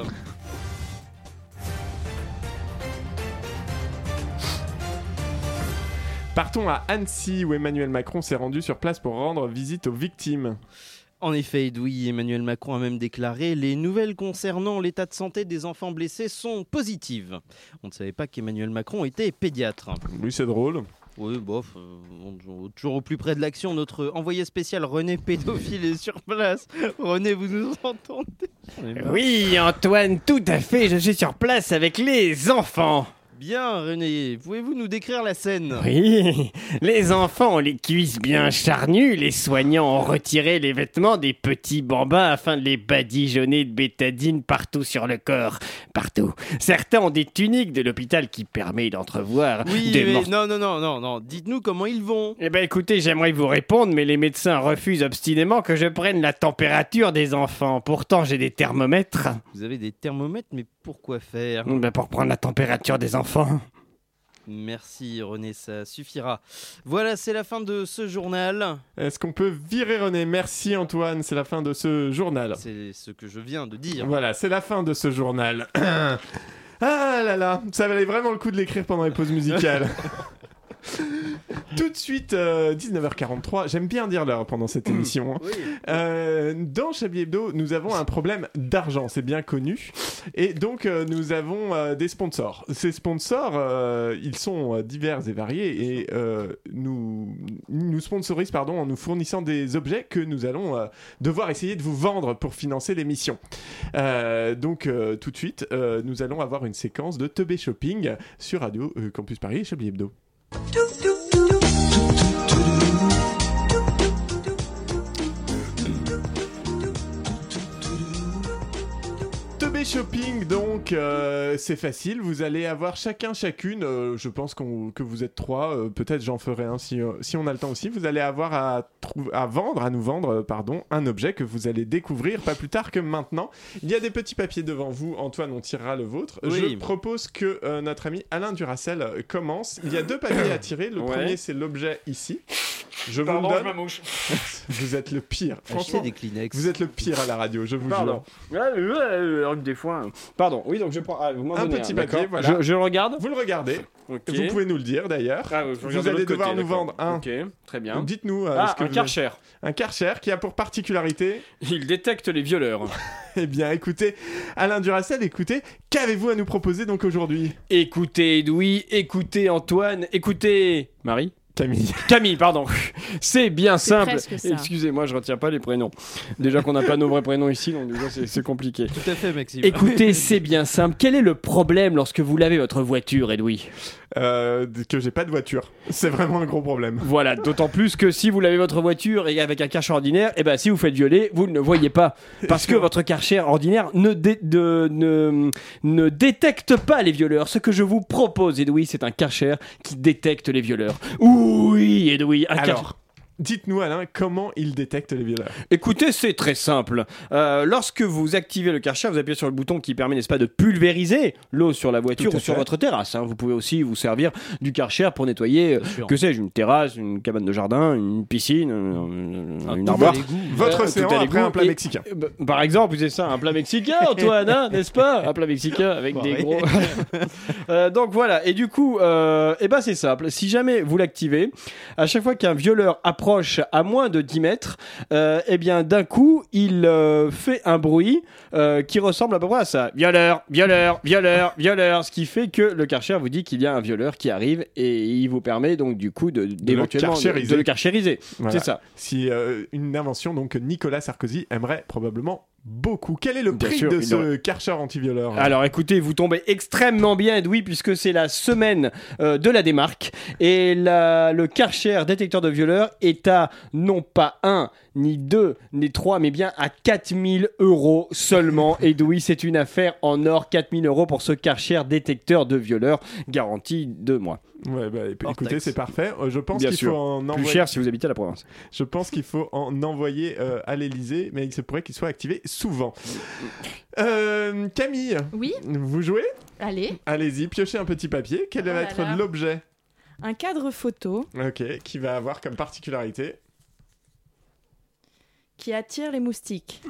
[SPEAKER 7] Partons à Annecy, où Emmanuel Macron s'est rendu sur place pour rendre visite aux victimes.
[SPEAKER 10] En effet, Edoui, Emmanuel Macron a même déclaré Les nouvelles concernant l'état de santé des enfants blessés sont positives. On ne savait pas qu'Emmanuel Macron était pédiatre.
[SPEAKER 7] Oui, c'est drôle.
[SPEAKER 10] Oui, bof, euh, on- on- toujours au plus près de l'action, notre envoyé spécial René Pédophile est sur place. René, vous nous entendez
[SPEAKER 17] Oui, Antoine, tout à fait, je suis sur place avec les enfants.
[SPEAKER 10] Bien, René, pouvez-vous nous décrire la scène
[SPEAKER 17] Oui, les enfants ont les cuisses bien charnues, les soignants ont retiré les vêtements des petits bambins afin de les badigeonner de bétadine partout sur le corps, partout. Certains ont des tuniques de l'hôpital qui permet d'entrevoir
[SPEAKER 10] Oui,
[SPEAKER 17] des
[SPEAKER 10] mais
[SPEAKER 17] morceaux-
[SPEAKER 10] non, non, non, non, non. Dites-nous comment ils vont.
[SPEAKER 17] Eh ben écoutez, j'aimerais vous répondre, mais les médecins refusent obstinément que je prenne la température des enfants. Pourtant, j'ai des thermomètres.
[SPEAKER 10] Vous avez des thermomètres, mais pourquoi faire
[SPEAKER 17] Ben, pour prendre la température des enfants.
[SPEAKER 10] Merci René, ça suffira. Voilà, c'est la fin de ce journal.
[SPEAKER 7] Est-ce qu'on peut virer René Merci Antoine, c'est la fin de ce journal.
[SPEAKER 10] C'est ce que je viens de dire.
[SPEAKER 7] Voilà, c'est la fin de ce journal. ah là là, ça valait vraiment le coup de l'écrire pendant les pauses musicales. Tout de suite, euh, 19h43, j'aime bien dire l'heure pendant cette émission. hein. Euh, dans Chablis Hebdo, nous avons un problème d'argent, c'est bien connu. Et donc, euh, nous avons euh, des sponsors. Ces sponsors, euh, ils sont euh, divers et variés et euh, nous, nous sponsorisent pardon, en nous fournissant des objets que nous allons euh, devoir essayer de vous vendre pour financer l'émission. Euh, donc, euh, tout de suite, euh, nous allons avoir une séquence de Teubé Shopping sur Radio euh, Campus Paris et Chablis Hebdo. Teubé Shopping, donc, euh, c'est facile. Vous allez avoir chacun, chacune, euh, je pense qu'on- que vous êtes trois, euh, peut-être j'en ferai un si, euh, si on a le temps aussi. Vous allez avoir à, trou- à vendre, à nous vendre, euh, pardon, un objet que vous allez découvrir pas plus tard que maintenant. Il y a des petits papiers devant vous. Antoine, on tirera le vôtre.
[SPEAKER 10] Oui.
[SPEAKER 7] Je propose que euh, notre ami Alain Duracel euh, commence. Il y a deux papiers à tirer. Le
[SPEAKER 10] Ouais.
[SPEAKER 7] premier, c'est l'objet ici. Je vous
[SPEAKER 16] Pardon,
[SPEAKER 7] le
[SPEAKER 16] je
[SPEAKER 7] donne.
[SPEAKER 16] m'amouche.
[SPEAKER 7] Vous êtes le pire.
[SPEAKER 16] Achetez
[SPEAKER 7] Franchement,
[SPEAKER 16] des
[SPEAKER 10] Kleenex.
[SPEAKER 7] Vous êtes le pire à la radio, je vous
[SPEAKER 16] Pardon.
[SPEAKER 8] des fois. Pardon. Oui, donc je prends. ah, vous m'en
[SPEAKER 7] jure. Un
[SPEAKER 8] donnez
[SPEAKER 7] petit
[SPEAKER 8] d'accord.
[SPEAKER 7] papier, voilà.
[SPEAKER 8] Je, je le regarde.
[SPEAKER 7] Vous le regardez.
[SPEAKER 8] Ok.
[SPEAKER 7] Vous pouvez nous le dire d'ailleurs.
[SPEAKER 8] Ah, je regarde
[SPEAKER 7] vous
[SPEAKER 8] de
[SPEAKER 7] allez
[SPEAKER 8] l'autre
[SPEAKER 7] devoir
[SPEAKER 8] côté,
[SPEAKER 7] nous
[SPEAKER 8] d'accord.
[SPEAKER 7] vendre un.
[SPEAKER 8] Ok, très bien.
[SPEAKER 7] Donc Dites-nous. euh,
[SPEAKER 8] Ah, un Karcher.
[SPEAKER 7] Karcher. Un Karcher qui a pour particularité.
[SPEAKER 8] Il détecte les violeurs.
[SPEAKER 7] eh bien, écoutez, Alain Duracel, écoutez, qu'avez-vous à nous proposer donc aujourd'hui
[SPEAKER 8] Écoutez Edoui, écoutez Antoine, écoutez Marie.
[SPEAKER 7] Camille.
[SPEAKER 8] Camille, pardon. C'est bien
[SPEAKER 16] C'est
[SPEAKER 8] simple.
[SPEAKER 16] presque ça.
[SPEAKER 8] Excusez-moi, je retiens pas les prénoms. Déjà qu'on n'a pas nos vrais prénoms ici, donc déjà c'est- c'est compliqué.
[SPEAKER 10] Tout à fait, Maxime. Ah,
[SPEAKER 8] Écoutez, c'est bien simple. Quel est le problème lorsque vous lavez votre voiture, Edoui
[SPEAKER 7] Euh, Que j'ai pas de voiture. C'est vraiment un gros problème.
[SPEAKER 8] Voilà, d'autant plus que si vous lavez votre voiture et avec un cache ordinaire, et ben si vous faites violer, vous ne le voyez pas. Parce que votre karcher ordinaire ne, dé- de- ne, ne détecte pas les violeurs. Ce que je vous propose, Edoui, c'est un karcher qui détecte les violeurs. Oui, Edoui, un karcher.
[SPEAKER 7] Alors, dites-nous Alain, comment il détecte les violeurs
[SPEAKER 8] Écoutez, c'est très simple. Euh, lorsque vous activez le Karcher, vous appuyez sur le bouton qui permet, n'est-ce pas, de pulvériser l'eau sur la voiture
[SPEAKER 16] Tout à
[SPEAKER 8] ou sur
[SPEAKER 16] fait.
[SPEAKER 8] votre terrasse. hein. Vous pouvez aussi vous servir du Karcher pour nettoyer, euh, que sais-je, une terrasse, une cabane de jardin, une piscine,
[SPEAKER 10] Ah,
[SPEAKER 8] euh, une
[SPEAKER 7] tout à
[SPEAKER 8] armoire.
[SPEAKER 7] l'égout. Votre
[SPEAKER 8] tout
[SPEAKER 7] océan
[SPEAKER 8] à
[SPEAKER 7] après
[SPEAKER 8] l'égout.
[SPEAKER 7] un plat
[SPEAKER 8] Et-
[SPEAKER 7] mexicain.
[SPEAKER 8] euh, bah, par exemple, c'est ça, un plat mexicain, Antoine, hein, n'est-ce pas Un plat mexicain avec
[SPEAKER 16] Bah
[SPEAKER 8] des
[SPEAKER 16] oui.
[SPEAKER 8] gros. Euh, donc voilà, et du coup, euh, eh ben c'est simple. Si jamais vous l'activez, à chaque fois qu'un violeur approche à moins de 10 mètres, euh, eh bien d'un coup, il euh, fait un bruit euh, qui ressemble à peu près à ça. Violeur, violeur, violeur, violeur. Ce qui fait que le karcher vous dit qu'il y a un violeur qui arrive et il vous permet donc du coup de, d'éventuellement de- de,
[SPEAKER 7] karcheriser.
[SPEAKER 8] le karcheriser.
[SPEAKER 7] Voilà.
[SPEAKER 8] C'est ça.
[SPEAKER 7] Si euh, une invention donc que Nicolas Sarkozy aimerait probablement beaucoup. Quel est le
[SPEAKER 8] Bien
[SPEAKER 7] prix
[SPEAKER 8] sûr,
[SPEAKER 7] de
[SPEAKER 8] il
[SPEAKER 7] ce
[SPEAKER 8] aurait-
[SPEAKER 7] Karcher anti-violeur
[SPEAKER 8] Alors écoutez, vous tombez extrêmement bien, Edoui, puisque c'est la semaine euh, de la démarque. Et la- le Karcher détecteur de violeurs est à non pas 1, ni 2, ni 3, mais bien à 4000 euros seulement. Edoui, c'est une affaire en or. 4000 euros pour ce Karcher détecteur de violeurs, garantie de mois.
[SPEAKER 7] Ouais, bah, écoutez, c'est parfait. Euh, Je pense
[SPEAKER 8] Bien
[SPEAKER 7] qu'il
[SPEAKER 8] sûr.
[SPEAKER 7] faut en envoyer.
[SPEAKER 8] Plus cher si vous habitez à la province.
[SPEAKER 7] Je pense qu'il faut en envoyer euh, à l'Elysée, mais il se pourrait qu'il soit activé souvent. Euh, Camille
[SPEAKER 2] Oui
[SPEAKER 7] Vous jouez
[SPEAKER 2] Allez,
[SPEAKER 7] Allez-y, piochez un petit papier. Quel
[SPEAKER 2] Oh
[SPEAKER 7] va
[SPEAKER 2] là
[SPEAKER 7] être
[SPEAKER 2] là.
[SPEAKER 7] l'objet
[SPEAKER 2] un cadre photo
[SPEAKER 7] Ok, qui va avoir comme particularité
[SPEAKER 2] qui attire les moustiques.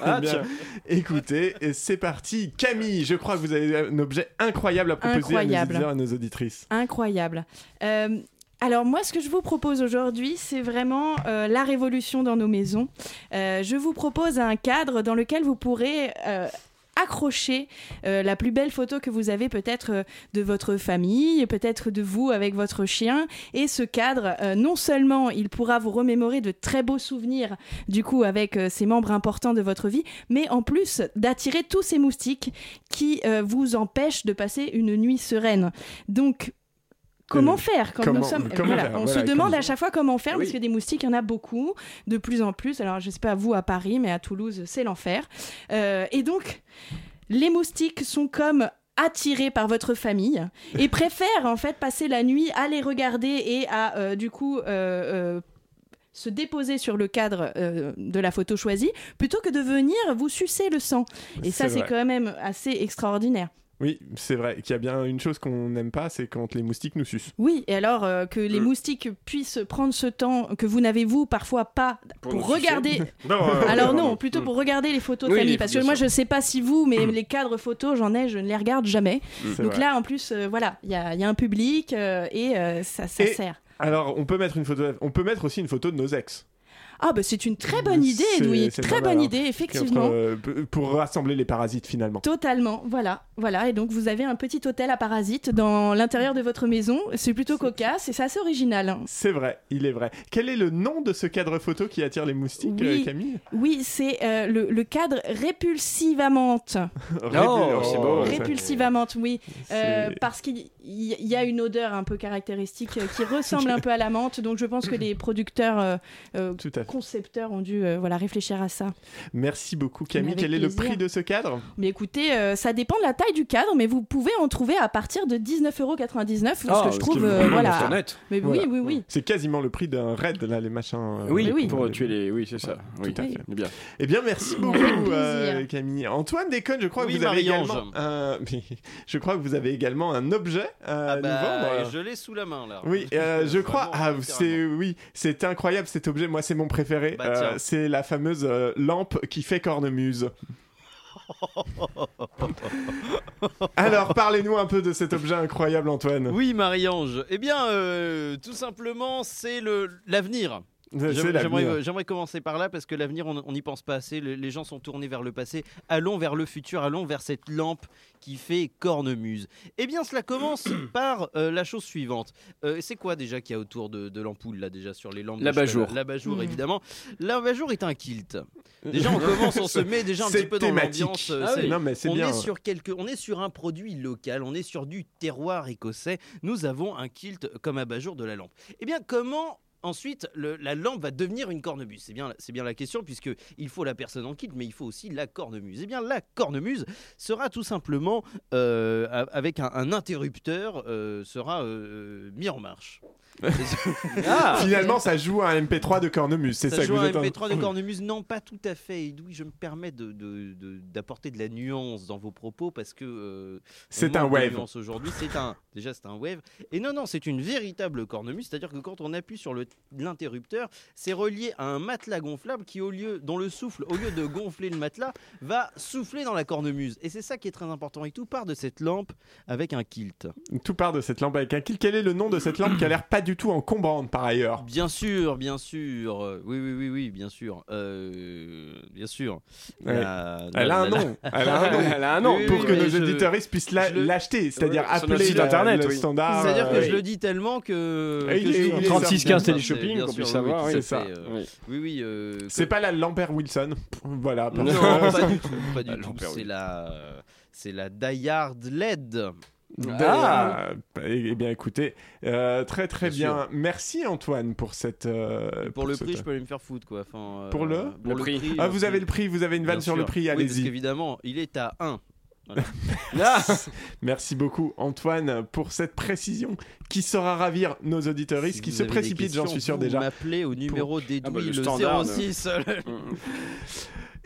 [SPEAKER 8] Ah,
[SPEAKER 7] Eh bien, écoutez, et c'est parti. Camille, je crois que vous avez un objet incroyable à proposer
[SPEAKER 2] Incroyable.
[SPEAKER 7] à nos auditeurs et à nos auditrices.
[SPEAKER 2] Incroyable. Euh, alors moi, ce que je vous propose aujourd'hui, c'est vraiment euh, la révolution dans nos maisons. Euh, je vous propose un cadre dans lequel vous pourrez... euh, accrocher euh, la plus belle photo que vous avez peut-être euh, de votre famille, peut-être de vous avec votre chien. Et ce cadre, euh, non seulement il pourra vous remémorer de très beaux souvenirs du coup avec euh, ces membres importants de votre vie, mais en plus d'attirer tous ces moustiques qui euh, vous empêchent de passer une nuit sereine. Donc Comment
[SPEAKER 13] Euh,
[SPEAKER 2] faire quand
[SPEAKER 13] comment-
[SPEAKER 2] nous sommes
[SPEAKER 13] comment
[SPEAKER 2] voilà,
[SPEAKER 13] faire,
[SPEAKER 2] On
[SPEAKER 13] voilà,
[SPEAKER 2] se demande
[SPEAKER 13] comment-
[SPEAKER 2] à chaque fois comment faire
[SPEAKER 13] Oui.
[SPEAKER 2] parce que des moustiques, il y en a beaucoup, de plus en plus. Alors je sais pas vous à Paris, mais à Toulouse, c'est l'enfer. Euh, et donc, les moustiques sont comme attirés par votre famille et préfèrent en fait passer la nuit à les regarder et à euh, du coup euh, euh, se déposer sur le cadre euh, de la photo choisie plutôt que de venir vous sucer le sang. Et ça,
[SPEAKER 7] C'est
[SPEAKER 2] c'est
[SPEAKER 7] vrai.
[SPEAKER 2] quand même assez extraordinaire.
[SPEAKER 7] Oui, c'est vrai qu'il y a bien une chose qu'on n'aime pas, c'est quand les moustiques nous sucent.
[SPEAKER 2] Oui, et alors euh, que les moustiques puissent prendre ce temps que vous n'avez vous parfois pas
[SPEAKER 7] Pour
[SPEAKER 2] pour,
[SPEAKER 7] nous
[SPEAKER 2] regarder.
[SPEAKER 7] sucer. Non, euh,
[SPEAKER 2] alors
[SPEAKER 7] non,
[SPEAKER 2] non,
[SPEAKER 7] non.
[SPEAKER 2] plutôt
[SPEAKER 7] Mm.
[SPEAKER 2] pour regarder les photos de
[SPEAKER 7] Oui,
[SPEAKER 2] famille,
[SPEAKER 7] les-
[SPEAKER 2] parce que
[SPEAKER 7] bien
[SPEAKER 2] moi
[SPEAKER 7] sûr.
[SPEAKER 2] je sais pas si vous, mais les cadres photos, j'en ai, je ne les regarde jamais.
[SPEAKER 7] Mm. C'est
[SPEAKER 2] Donc
[SPEAKER 7] vrai.
[SPEAKER 2] là, en plus, euh, voilà, il y, a il y a un public euh, et euh, ça, ça
[SPEAKER 7] Et-
[SPEAKER 2] sert.
[SPEAKER 7] Alors, on peut mettre une photo, on peut mettre aussi une photo de nos ex.
[SPEAKER 2] Ah bah c'est une très bonne idée,
[SPEAKER 7] C'est-
[SPEAKER 2] Edoui,
[SPEAKER 7] c'est pas
[SPEAKER 2] très
[SPEAKER 7] mal,
[SPEAKER 2] bonne
[SPEAKER 7] hein.
[SPEAKER 2] idée,
[SPEAKER 7] Qui est
[SPEAKER 2] effectivement.
[SPEAKER 7] entre, euh, p- pour rassembler les parasites finalement.
[SPEAKER 2] Totalement, voilà, voilà. Et donc vous avez un petit hôtel à parasites dans l'intérieur de votre maison. C'est plutôt cocasse et c'est assez original. hein.
[SPEAKER 7] C'est vrai, il est vrai. Quel est le nom de ce cadre photo qui attire les moustiques,
[SPEAKER 2] Oui.
[SPEAKER 7] euh, Camille
[SPEAKER 2] Oui, c'est euh, le, le cadre répulsivamente.
[SPEAKER 7] Répul-
[SPEAKER 16] c'est beau,
[SPEAKER 7] ça.
[SPEAKER 2] Répulsivamente, oui. Euh,
[SPEAKER 7] Oh, C'est-
[SPEAKER 2] parce qu'il y- y a une odeur un peu caractéristique euh, qui ressemble un peu à la menthe. Donc je pense que les producteurs euh, euh,
[SPEAKER 7] Tout à
[SPEAKER 2] concepteurs ont dû euh, voilà, réfléchir à ça.
[SPEAKER 7] Merci beaucoup Camille.
[SPEAKER 2] avec
[SPEAKER 7] Quel est le
[SPEAKER 2] plaisir.
[SPEAKER 7] prix de ce cadre
[SPEAKER 2] Mais écoutez, euh, ça dépend de la taille du cadre, mais vous pouvez en trouver à partir de 19,99€,
[SPEAKER 7] Ah,
[SPEAKER 2] ce que je
[SPEAKER 7] ce
[SPEAKER 2] trouve,
[SPEAKER 7] qui est
[SPEAKER 2] euh,
[SPEAKER 7] vraiment
[SPEAKER 2] voilà.
[SPEAKER 7] honnête.
[SPEAKER 2] Mais
[SPEAKER 7] Voilà.
[SPEAKER 2] oui, oui, oui.
[SPEAKER 7] C'est quasiment le prix d'un raid là, les machins. euh,
[SPEAKER 8] Oui,
[SPEAKER 7] les-
[SPEAKER 8] oui. pour
[SPEAKER 7] les-
[SPEAKER 8] tuer les. Oui, c'est ça. Oui,
[SPEAKER 7] Tout à fait.
[SPEAKER 8] Bien.
[SPEAKER 7] Eh bien, merci beaucoup, euh, Camille. Antoine Déconne, je crois
[SPEAKER 10] Oui,
[SPEAKER 7] que vous avez
[SPEAKER 10] Marie-Ange.
[SPEAKER 7] également. un- je crois que vous avez également un objet euh, à nous
[SPEAKER 10] Bah,
[SPEAKER 7] vendre.
[SPEAKER 10] Je l'ai sous la main là.
[SPEAKER 7] Oui, euh, je crois. Ah,
[SPEAKER 10] littéralement.
[SPEAKER 7] c'est oui, c'est incroyable cet objet. Moi, c'est mon préféré.
[SPEAKER 10] Bah,
[SPEAKER 7] Euh,
[SPEAKER 10] tiens.
[SPEAKER 7] c'est la fameuse euh, lampe qui fait cornemuse. Alors, parlez-nous un peu de cet objet incroyable, Antoine.
[SPEAKER 10] Oui, Marie-Ange. Eh bien, euh, tout simplement, c'est le l'avenir.
[SPEAKER 7] C'est
[SPEAKER 10] J'aimerais-
[SPEAKER 7] l'avenir.
[SPEAKER 10] j'aimerais- euh, J'aimerais commencer par là parce que l'avenir, on on n'y pense pas assez. Le- Les gens sont tournés vers le passé. Allons vers le futur, allons vers cette lampe qui fait cornemuse. Eh bien, cela commence par euh, la chose suivante. Euh, c'est quoi déjà qu'il y a autour de, de l'ampoule, là, déjà, sur les lampes de
[SPEAKER 8] L'abat-jour.
[SPEAKER 10] cheval L'abat-jour,
[SPEAKER 8] Mhm.
[SPEAKER 10] évidemment. L'abat-jour est un kilt. Déjà, on commence, on se met déjà un
[SPEAKER 7] C'est
[SPEAKER 10] petit peu dans
[SPEAKER 7] thématique.
[SPEAKER 10] l'ambiance. euh,
[SPEAKER 7] Ah
[SPEAKER 10] c'est-
[SPEAKER 7] oui. Non, mais c'est
[SPEAKER 10] on
[SPEAKER 7] bien.
[SPEAKER 10] est sur sur quelque- on est sur un produit local, on est sur du terroir écossais. Nous avons un kilt comme abat-jour de la lampe. Eh bien, comment Ensuite, le- la lampe va devenir une cornemuse. C'est bien, c'est bien la question, puisque il faut la personne en kilt, mais il faut aussi la cornemuse. Eh bien, la cornemuse sera tout simplement, euh, a- avec un, un interrupteur, euh, sera euh, mis en marche. Ah
[SPEAKER 7] Finalement, ça joue à un MP3 de cornemuse. C'est ça, que
[SPEAKER 10] joue
[SPEAKER 7] vous
[SPEAKER 10] à
[SPEAKER 7] êtes
[SPEAKER 10] un
[SPEAKER 7] en-
[SPEAKER 10] MP3 de cornemuse Non, pas tout à fait. Et oui, je me permets de- de- de- d'apporter de, la nuance dans vos propos parce que euh, on
[SPEAKER 7] C'est
[SPEAKER 10] manque
[SPEAKER 7] un
[SPEAKER 10] de
[SPEAKER 7] wave.
[SPEAKER 10] nuance Aujourd'hui, c'est un déjà c'est un wave. Et non, non, c'est une véritable cornemuse. C'est-à-dire que quand on appuie sur le- l'interrupteur, c'est relié à un matelas gonflable qui, au lieu dont le souffle, au lieu de gonfler le matelas, va souffler dans la cornemuse. Et c'est ça qui est très important. Et tout part de cette lampe avec un kilt.
[SPEAKER 7] Tout part de cette lampe avec un kill. Quel est le nom de cette lampe qui a l'air pas du tout encombrante par ailleurs
[SPEAKER 10] Bien sûr, bien sûr. Euh, Oui, oui, oui, oui, bien sûr. Euh, bien sûr.
[SPEAKER 7] Ouais.
[SPEAKER 10] La-
[SPEAKER 7] Elle
[SPEAKER 10] la-
[SPEAKER 7] a un
[SPEAKER 10] la-
[SPEAKER 7] nom. Elle a un nom. pour que nos
[SPEAKER 10] je-
[SPEAKER 7] auditeurs puissent la-
[SPEAKER 10] je-
[SPEAKER 7] l'acheter, c'est-à-dire
[SPEAKER 10] Ouais, sur
[SPEAKER 7] appeler
[SPEAKER 10] notre site
[SPEAKER 7] la-
[SPEAKER 10] internet,
[SPEAKER 7] le
[SPEAKER 10] oui.
[SPEAKER 7] standard.
[SPEAKER 10] C'est-à-dire que
[SPEAKER 7] euh,
[SPEAKER 10] je le dis tellement que.
[SPEAKER 7] Et
[SPEAKER 10] que
[SPEAKER 7] il est-
[SPEAKER 10] j'ai
[SPEAKER 7] il est
[SPEAKER 10] oublié
[SPEAKER 7] 36,
[SPEAKER 10] ça.
[SPEAKER 7] 15
[SPEAKER 10] Bien
[SPEAKER 7] téléshopping,
[SPEAKER 10] sûr,
[SPEAKER 7] qu'on puisse
[SPEAKER 10] oui,
[SPEAKER 7] savoir,
[SPEAKER 10] tout à
[SPEAKER 7] oui, c'est
[SPEAKER 10] fait,
[SPEAKER 7] ça.
[SPEAKER 10] euh, Oui, oui. euh,
[SPEAKER 7] C'est pas la Lambert Wilson. Voilà.
[SPEAKER 10] Non, Ah, pas du tout. Pas du
[SPEAKER 7] La
[SPEAKER 10] tout.
[SPEAKER 7] Lambert
[SPEAKER 10] C'est la, c'est la Dayard LED.
[SPEAKER 7] Ah, bah, eh bien écoutez, euh, très très
[SPEAKER 10] Bien
[SPEAKER 7] bien.
[SPEAKER 10] sûr.
[SPEAKER 7] Merci Antoine pour cette. euh,
[SPEAKER 10] Pour le
[SPEAKER 7] cette-
[SPEAKER 10] prix, je peux aller me faire foutre quoi. Enfin, euh,
[SPEAKER 7] Pour le
[SPEAKER 10] pour le prix.
[SPEAKER 7] Ah, vous avez le prix, vous avez une vanne
[SPEAKER 10] Bien
[SPEAKER 7] sur le
[SPEAKER 10] sûr.
[SPEAKER 7] prix,
[SPEAKER 10] Oui, parce
[SPEAKER 7] allez-y.
[SPEAKER 10] qu'évidemment, il est à 1.
[SPEAKER 7] Merci beaucoup Antoine pour cette précision qui saura ravir nos auditeuristes qui se précipitent, j'en suis sûr déjà.
[SPEAKER 10] M'appeler au numéro
[SPEAKER 7] Ah bah,
[SPEAKER 10] déduit
[SPEAKER 7] le
[SPEAKER 10] le
[SPEAKER 7] standard,
[SPEAKER 10] 06.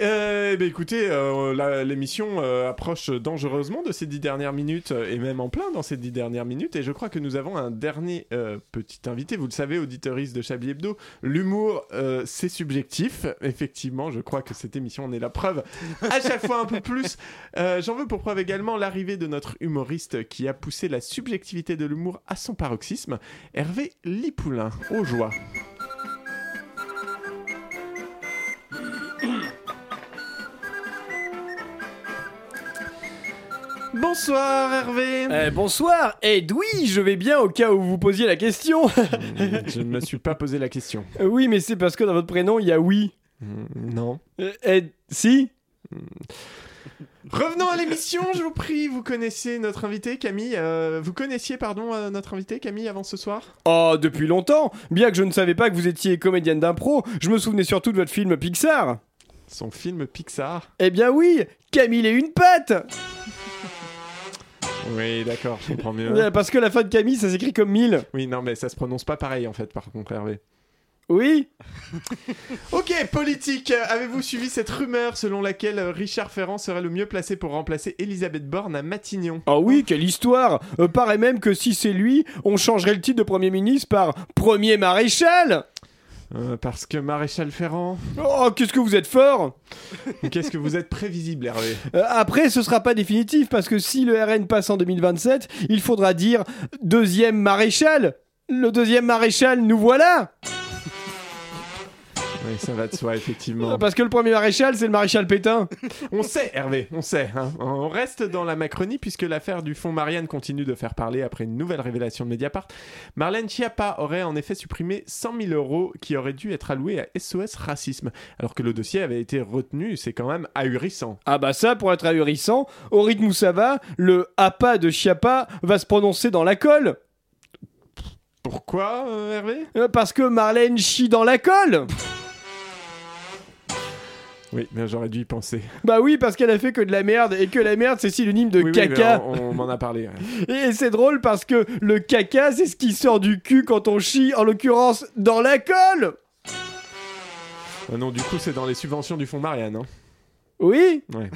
[SPEAKER 7] Euh, eh ben, écoutez, euh, la- l'émission euh, approche dangereusement de ces dix dernières minutes euh, et même en plein dans ces dix dernières minutes. Et je crois que nous avons un dernier euh, petit invité. Vous le savez, auditoriste de Chablis Hebdo, l'humour euh, c'est subjectif. Effectivement, je crois que cette émission en est la preuve. À chaque fois un peu plus. Euh, J'en veux pour preuve également l'arrivée de notre humoriste qui a poussé la subjectivité de l'humour à son paroxysme, Hervé Lipoulin, aux joies. Bonsoir Hervé
[SPEAKER 8] Euh, Bonsoir Ed, oui, je vais bien au cas où vous posiez la question
[SPEAKER 7] Je ne me suis pas posé la question.
[SPEAKER 8] Euh, Oui, mais c'est parce que dans votre prénom, il y a oui.
[SPEAKER 7] Non.
[SPEAKER 8] Euh, Ed, si
[SPEAKER 7] Revenons à l'émission, je vous prie. Vous connaissez notre invité Camille. euh, vous connaissiez, pardon, euh, notre invité Camille avant ce soir
[SPEAKER 8] Oh, depuis longtemps Bien que je ne savais pas que vous étiez comédienne d'impro, je me souvenais surtout de votre film Pixar
[SPEAKER 7] Son film Pixar
[SPEAKER 8] Eh bien oui Camille et une patte
[SPEAKER 7] Oui, d'accord, je comprends
[SPEAKER 8] Euh, Parce que la fin de Camille, ça s'écrit comme mille
[SPEAKER 7] Oui, non, mais ça se prononce pas pareil en fait, par contre, Hervé.
[SPEAKER 8] Oui
[SPEAKER 7] Ok, politique. euh, Avez-vous suivi cette rumeur selon laquelle euh, Richard Ferrand serait le mieux placé pour remplacer Elisabeth Borne à Matignon
[SPEAKER 8] Ah oui, quelle histoire Euh, Paraît même que si c'est lui, on changerait le titre de Premier ministre par Premier Maréchal
[SPEAKER 7] Euh, Parce que Maréchal Ferrand.
[SPEAKER 8] Oh, qu'est-ce que vous êtes fort
[SPEAKER 7] Qu'est-ce que vous êtes prévisible, Hervé
[SPEAKER 8] Euh, Après, ce sera pas définitif, parce que si le RN passe en 2027, il faudra dire Deuxième Maréchal Le deuxième Maréchal, nous voilà
[SPEAKER 7] Oui, ça va de soi, effectivement.
[SPEAKER 8] Euh, Parce que le premier Maréchal, c'est le Maréchal Pétain
[SPEAKER 7] On sait, Hervé, on sait. hein. On reste dans la Macronie puisque l'affaire du fonds Marianne continue de faire parler après une nouvelle révélation de Mediapart. Marlène Chiappa aurait en effet supprimé 100 000 euros qui auraient dû être alloués à SOS Racisme, alors que le dossier avait été retenu. C'est quand même ahurissant.
[SPEAKER 8] Ah bah ça, pour être ahurissant, au rythme où ça va, le APA de Chiappa va se prononcer dans la colle
[SPEAKER 7] Pourquoi, euh, Hervé
[SPEAKER 8] Euh, Parce que Marlène chie dans la colle
[SPEAKER 7] Oui, bien j'aurais dû y penser.
[SPEAKER 8] Bah oui, parce qu'elle a fait que de la merde et que la merde c'est synonyme de
[SPEAKER 7] Oui, oui,
[SPEAKER 8] caca.
[SPEAKER 7] mais on, on m'en a parlé. ouais.
[SPEAKER 8] Et c'est drôle parce que le caca c'est ce qui sort du cul quand on chie, en l'occurrence dans la colle.
[SPEAKER 7] Ah non, du coup, c'est dans les subventions du fonds Marianne. Hein.
[SPEAKER 8] Oui
[SPEAKER 7] Ouais.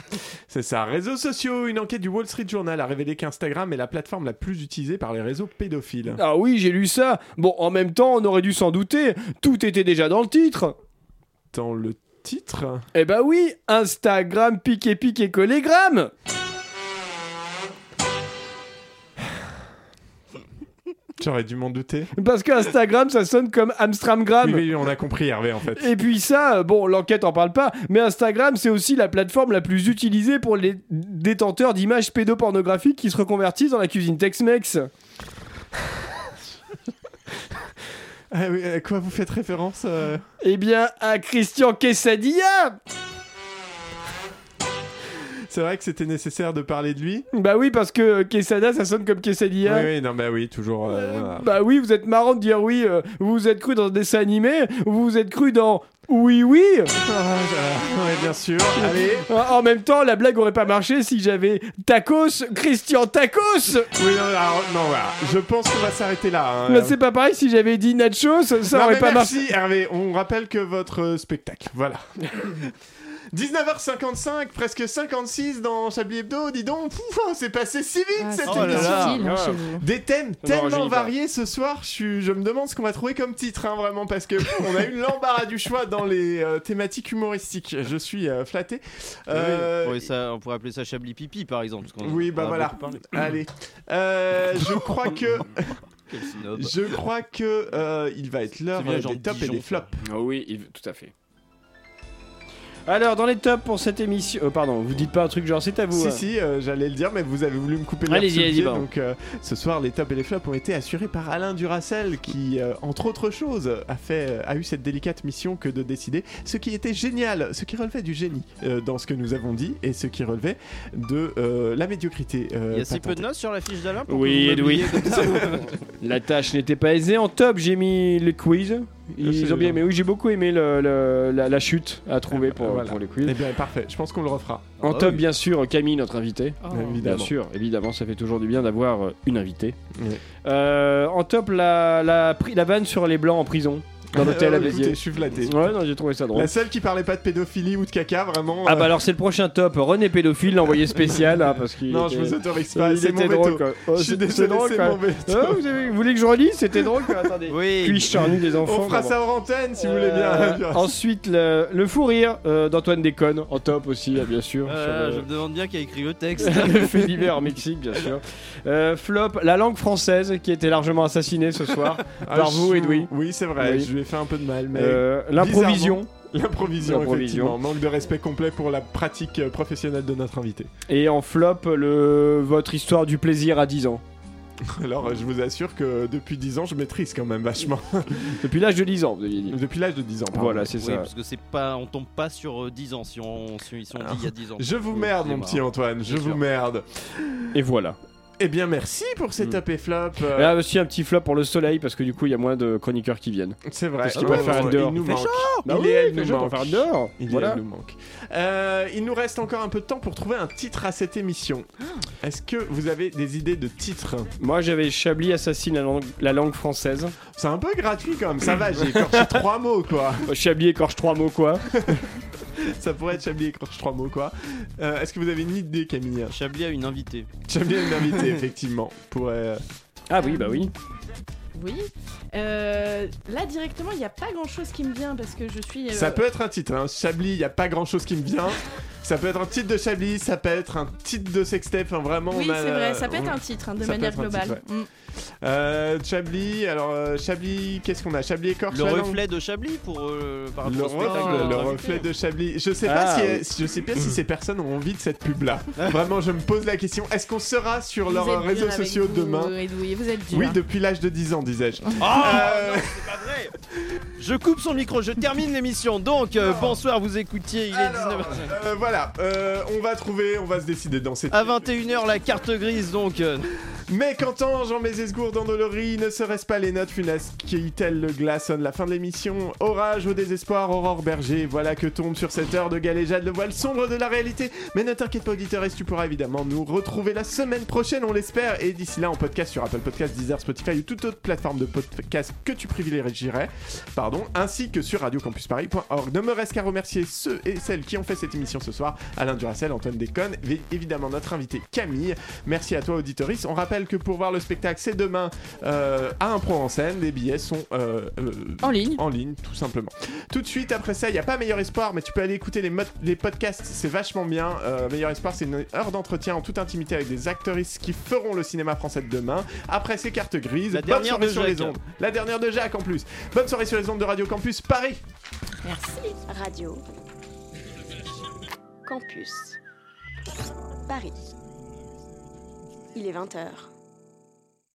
[SPEAKER 7] C'est ça. Réseaux sociaux. Une enquête du Wall Street Journal a révélé qu'Instagram est la plateforme la plus utilisée par les réseaux pédophiles.
[SPEAKER 8] Ah oui, j'ai lu ça. Bon, en même temps, on aurait dû s'en douter. Tout était déjà dans le titre.
[SPEAKER 7] Dans le titre
[SPEAKER 8] Eh bah oui, Instagram piqué piqué collégramme.
[SPEAKER 7] J'aurais dû m'en douter.
[SPEAKER 8] Parce qu'Instagram ça sonne comme Amstramgram.
[SPEAKER 7] Oui, oui, on a compris, Hervé, en fait.
[SPEAKER 8] Et puis ça, euh, bon, l'enquête en parle pas, mais Instagram, c'est aussi la plateforme la plus utilisée pour les détenteurs d'images pédopornographiques qui se reconvertissent dans la cuisine Tex-Mex.
[SPEAKER 7] Ah oui, à quoi vous faites référence euh
[SPEAKER 8] Eh bien, à Christian Quesadilla
[SPEAKER 7] C'est vrai que c'était nécessaire de parler de lui
[SPEAKER 8] Bah oui, parce que euh, Quesada, ça sonne comme Quesadilla.
[SPEAKER 7] Oui, oui, non, bah oui, toujours. euh, voilà.
[SPEAKER 8] Bah oui, vous êtes marrant de dire oui, euh, vous vous êtes cru dans un dessin animé, vous vous êtes cru dans... Oui, oui
[SPEAKER 7] Ouais, bien sûr. Allez.
[SPEAKER 8] En en même temps, la blague aurait pas marché si j'avais Tacos, Christian Tacos
[SPEAKER 7] Oui, non, alors, non, voilà. Je pense qu'on va s'arrêter là. hein.
[SPEAKER 8] Mais c'est pas pareil si j'avais dit Nachos, ça
[SPEAKER 7] Non,
[SPEAKER 8] aurait
[SPEAKER 7] mais
[SPEAKER 8] pas
[SPEAKER 7] merci,
[SPEAKER 8] marché.
[SPEAKER 7] Hervé. On rappelle que votre euh, spectacle. Voilà. 19h55, presque 56 dans Chablis Hebdo, dis donc, pouf, c'est passé si vite
[SPEAKER 2] Ah,
[SPEAKER 7] cette
[SPEAKER 10] oh là
[SPEAKER 7] émission.
[SPEAKER 10] là. Difficile, hein, chez vous.
[SPEAKER 7] Des thèmes
[SPEAKER 10] Ça me
[SPEAKER 7] tellement
[SPEAKER 10] rajeunit pas.
[SPEAKER 7] variés ce soir, je, suis- je me demande ce qu'on va trouver comme titre, hein, vraiment, parce que on a eu l'embarras du choix dans les euh, thématiques humoristiques. Je suis euh, flatté. Euh,
[SPEAKER 10] Oui, oui, ça, on pourrait appeler ça Chablis Pipi par exemple. parce qu'on-
[SPEAKER 7] oui,
[SPEAKER 10] on
[SPEAKER 7] bah
[SPEAKER 10] a
[SPEAKER 7] voilà.
[SPEAKER 10] beaucoup parlé.
[SPEAKER 7] Allez, Euh, je crois que
[SPEAKER 10] Quel snob.
[SPEAKER 7] je crois que euh, il va être l'heure
[SPEAKER 10] C'est bien
[SPEAKER 7] euh,
[SPEAKER 10] genre
[SPEAKER 7] des tops et
[SPEAKER 10] Dijon,
[SPEAKER 7] des flops.
[SPEAKER 16] Ah oui, il- tout à fait.
[SPEAKER 8] Alors, dans les tops pour cette émission... Oh, pardon, vous dites pas un truc genre c'est à vous.
[SPEAKER 7] Si,
[SPEAKER 8] hein.
[SPEAKER 7] si, euh, j'allais le dire, mais vous avez voulu me couper le
[SPEAKER 8] Allez-y, allez-y, pardon.
[SPEAKER 7] Donc, euh, ce soir, les tops et les flops ont été assurés par Alain Duracel, qui, euh, entre autres choses, a, fait, euh, a eu cette délicate mission que de décider ce qui était génial, ce qui relevait du génie euh, dans ce que nous avons dit et ce qui relevait de euh, la médiocrité. euh,
[SPEAKER 10] Il y a si peu
[SPEAKER 7] patentée.
[SPEAKER 10] de notes sur la fiche d'Alain pour
[SPEAKER 8] Oui,
[SPEAKER 10] que vous
[SPEAKER 8] Edoui.
[SPEAKER 10] m'oubliez comme ça.
[SPEAKER 8] La tâche n'était pas aisée. En top, j'ai mis le quiz. Ils ont bien aimé. Oui, j'ai beaucoup aimé le- le- la, la chute à trouver pour,
[SPEAKER 7] voilà.
[SPEAKER 8] pour le quiz.
[SPEAKER 7] Eh bien, parfait, je pense qu'on le refera.
[SPEAKER 8] En
[SPEAKER 10] Ah
[SPEAKER 8] top,
[SPEAKER 10] oui.
[SPEAKER 8] bien sûr, Camille, notre invitée.
[SPEAKER 7] Évidemment.
[SPEAKER 8] Oh. Bien sûr, évidemment, ça fait toujours du bien d'avoir euh, une invitée.
[SPEAKER 7] Oui.
[SPEAKER 8] Euh, en top, la, la, pri- la vanne sur les blancs en prison, dans l'hôtel
[SPEAKER 7] Euh,
[SPEAKER 8] à
[SPEAKER 7] écoutez,
[SPEAKER 8] Béziers.
[SPEAKER 7] je suis flatté.
[SPEAKER 8] Ouais, non, j'ai trouvé ça drôle.
[SPEAKER 7] La seule qui parlait pas de pédophilie ou de caca, vraiment.
[SPEAKER 8] Ah
[SPEAKER 7] euh,
[SPEAKER 8] bah alors c'est le prochain top, René Pédophile, l'envoyé spécial, hein, parce qu'il
[SPEAKER 7] Non, je
[SPEAKER 8] était-
[SPEAKER 7] vous autorise pas,
[SPEAKER 8] il
[SPEAKER 7] c'est
[SPEAKER 8] était
[SPEAKER 7] mon
[SPEAKER 8] drôle,
[SPEAKER 7] veto.
[SPEAKER 8] quoi. Oh,
[SPEAKER 7] Je suis
[SPEAKER 8] c'est-
[SPEAKER 7] désolé,
[SPEAKER 8] c'est drôle,
[SPEAKER 7] c'est
[SPEAKER 8] quoi.
[SPEAKER 7] mon veto.
[SPEAKER 8] Ah, vous, avez- vous voulez que je relise C'était drôle, quoi. Attendez.
[SPEAKER 10] Oui.
[SPEAKER 8] Puis-je charnu des enfants
[SPEAKER 7] On fera
[SPEAKER 8] non,
[SPEAKER 7] ça
[SPEAKER 8] bon.
[SPEAKER 7] hors antenne si vous voulez
[SPEAKER 8] Euh,
[SPEAKER 7] bien.
[SPEAKER 8] ensuite, le, le fou rire euh, d'Antoine Déconne, en top aussi, bien sûr.
[SPEAKER 10] Euh,
[SPEAKER 8] sur
[SPEAKER 10] Je
[SPEAKER 8] le-
[SPEAKER 10] me demande bien qui a écrit le texte.
[SPEAKER 8] le fait divers au Mexique, bien sûr. Euh, flop, la langue française qui était largement assassinée ce soir
[SPEAKER 7] Ah,
[SPEAKER 8] par
[SPEAKER 7] je-
[SPEAKER 8] vous, Edoui.
[SPEAKER 7] Oui, c'est vrai,
[SPEAKER 8] Oui.
[SPEAKER 7] je lui ai fait un peu de mal, mais.
[SPEAKER 8] Euh, L'improvision.
[SPEAKER 7] bizarrement, L'improvision,
[SPEAKER 8] L'improvision.
[SPEAKER 7] effectivement. Manque de respect complet pour la pratique euh, professionnelle de notre invité.
[SPEAKER 8] Et en flop, le, votre histoire du plaisir à 10 ans.
[SPEAKER 7] Alors, euh, je vous assure que depuis 10 ans, je maîtrise quand même vachement.
[SPEAKER 8] Depuis l'âge de 10 ans, vous aviez dit.
[SPEAKER 7] depuis l'âge de 10 ans, pardon.
[SPEAKER 8] Voilà, Ah, c'est
[SPEAKER 10] Oui,
[SPEAKER 8] ça.
[SPEAKER 10] parce que c'est pas, on tombe pas sur euh, 10 ans si on, si, si on dit il y a 10 ans.
[SPEAKER 7] Je vous
[SPEAKER 10] Oui,
[SPEAKER 7] merde,
[SPEAKER 10] c'est
[SPEAKER 7] mon
[SPEAKER 10] marrant.
[SPEAKER 7] petit Antoine, je
[SPEAKER 10] Bien
[SPEAKER 7] vous
[SPEAKER 10] sûr.
[SPEAKER 7] merde.
[SPEAKER 8] Et voilà.
[SPEAKER 7] Eh bien, merci pour ces
[SPEAKER 8] Hmm.
[SPEAKER 7] top et flop. Euh,
[SPEAKER 8] Et Là aussi, un petit flop pour le soleil parce que du coup, il y a moins de chroniqueurs qui viennent.
[SPEAKER 7] C'est vrai,
[SPEAKER 8] Parce qu'il
[SPEAKER 7] Ah
[SPEAKER 8] peut
[SPEAKER 7] ouais,
[SPEAKER 8] faire
[SPEAKER 7] ouais,
[SPEAKER 8] dehors.
[SPEAKER 7] il nous
[SPEAKER 8] Il fait
[SPEAKER 7] manque.
[SPEAKER 8] Bah
[SPEAKER 7] Ah, il
[SPEAKER 8] oui,
[SPEAKER 7] est, elle
[SPEAKER 8] il fait
[SPEAKER 7] nous
[SPEAKER 8] chaud, on
[SPEAKER 7] manque.
[SPEAKER 8] va faire dehors.
[SPEAKER 7] Il est,
[SPEAKER 8] Voilà.
[SPEAKER 7] elle nous manque. Euh, il nous reste encore un peu de temps pour trouver un titre à cette émission.
[SPEAKER 8] Ah.
[SPEAKER 7] Est-ce que vous avez des idées de titres
[SPEAKER 8] Moi, j'avais Chablis assassine la langue, la langue française.
[SPEAKER 7] C'est un peu gratuit quand même, ça va, j'ai écorché trois mots quoi.
[SPEAKER 8] Chablis écorche trois mots, quoi.
[SPEAKER 7] Ça pourrait être Chablis écorche trois mots quoi. Euh, Est-ce que vous avez une idée Camille
[SPEAKER 10] Chablis a une invitée.
[SPEAKER 7] Chablis est une invitée effectivement. euh, Pourrait...
[SPEAKER 8] Ah oui, bah oui.
[SPEAKER 2] Oui. Euh, là, directement, il n'y a pas grand-chose qui me vient parce que je suis... euh,
[SPEAKER 7] Ça peut être un titre, hein. Chablis, y a pas grand chose qui me vient. Ça peut être un titre de Chablis, ça peut être un titre de sextape, enfin vraiment
[SPEAKER 2] Oui,
[SPEAKER 7] on a-
[SPEAKER 2] c'est vrai, ça peut être
[SPEAKER 7] on-
[SPEAKER 2] un titre hein, de
[SPEAKER 7] euh, ça peut
[SPEAKER 2] manière
[SPEAKER 7] être un
[SPEAKER 2] globale.
[SPEAKER 7] titre,
[SPEAKER 2] Mm.
[SPEAKER 7] Euh, Chablis, alors euh, Chablis, qu'est-ce qu'on a Chablis écorche
[SPEAKER 10] Le
[SPEAKER 7] la langue
[SPEAKER 10] reflet de Chablis pour euh, par
[SPEAKER 7] Le,
[SPEAKER 10] rapport au spectacle.
[SPEAKER 7] reflet-
[SPEAKER 10] de
[SPEAKER 7] le
[SPEAKER 10] notre
[SPEAKER 7] reflet
[SPEAKER 10] invité.
[SPEAKER 7] de Chablis. Je sais
[SPEAKER 8] Ah,
[SPEAKER 7] pas si,
[SPEAKER 8] oui.
[SPEAKER 7] elle- je sais pas si ces personnes ont envie de cette pub là. Vraiment, je me pose la question. Est-ce qu'on sera sur
[SPEAKER 2] Vous êtes
[SPEAKER 7] leurs
[SPEAKER 2] dur
[SPEAKER 7] réseaux
[SPEAKER 2] avec
[SPEAKER 7] sociaux
[SPEAKER 2] vous,
[SPEAKER 7] demain
[SPEAKER 2] Edoui, vous êtes dur.
[SPEAKER 7] Oui, depuis l'âge de 10 ans, disais-je.
[SPEAKER 10] Ah, non, c'est pas vrai. Je coupe son micro, je termine l'émission. Donc, euh, bonsoir, vous écoutiez, il est 19h.
[SPEAKER 7] Euh, voilà, euh, on va trouver, on va se décider dans cette.
[SPEAKER 10] À 21h, la carte grise, donc. euh,
[SPEAKER 7] Mais qu'entends Jean Mézesgourde endolori Ne serait-ce pas les notes funestes qui, tel le glas, sonnent la fin de l'émission Orage au désespoir, aurore berger, voilà que tombe sur cette heure de galéjade le voile sombre de la réalité. Mais ne t'inquiète pas, auditeur, et tu pourras évidemment nous retrouver la semaine prochaine, on l'espère. Et d'ici là, en podcast sur Apple Podcasts, Deezer, Spotify ou toute autre plateforme de podcast que tu privilégierais, pardon, ainsi que sur radiocampusparis.org. Ne me reste qu'à remercier ceux et celles qui ont fait cette émission ce soir Alain Duracel, Antoine Déconne, et évidemment notre invité Camille. Merci à toi, auditoris. On rappelle que pour voir le spectacle, c'est demain euh, à Impro en scène. Les billets sont euh, euh,
[SPEAKER 2] en ligne.
[SPEAKER 7] En ligne, tout simplement. Tout de suite après ça, il n'y a pas meilleur espoir, mais tu peux aller écouter les, mod- les podcasts. C'est vachement bien. Euh, meilleur espoir, c'est une heure d'entretien en toute intimité avec des actrices qui feront le cinéma français de demain. Après, c'est carte grise.
[SPEAKER 10] La
[SPEAKER 7] Bonne
[SPEAKER 10] dernière
[SPEAKER 7] soirée
[SPEAKER 10] de
[SPEAKER 7] sur
[SPEAKER 10] Jacques.
[SPEAKER 7] les ondes. La dernière de Jacques en plus. Bonne soirée sur les ondes de Radio Campus Paris.
[SPEAKER 18] Merci. Radio. Campus. Paris. Il est 20h.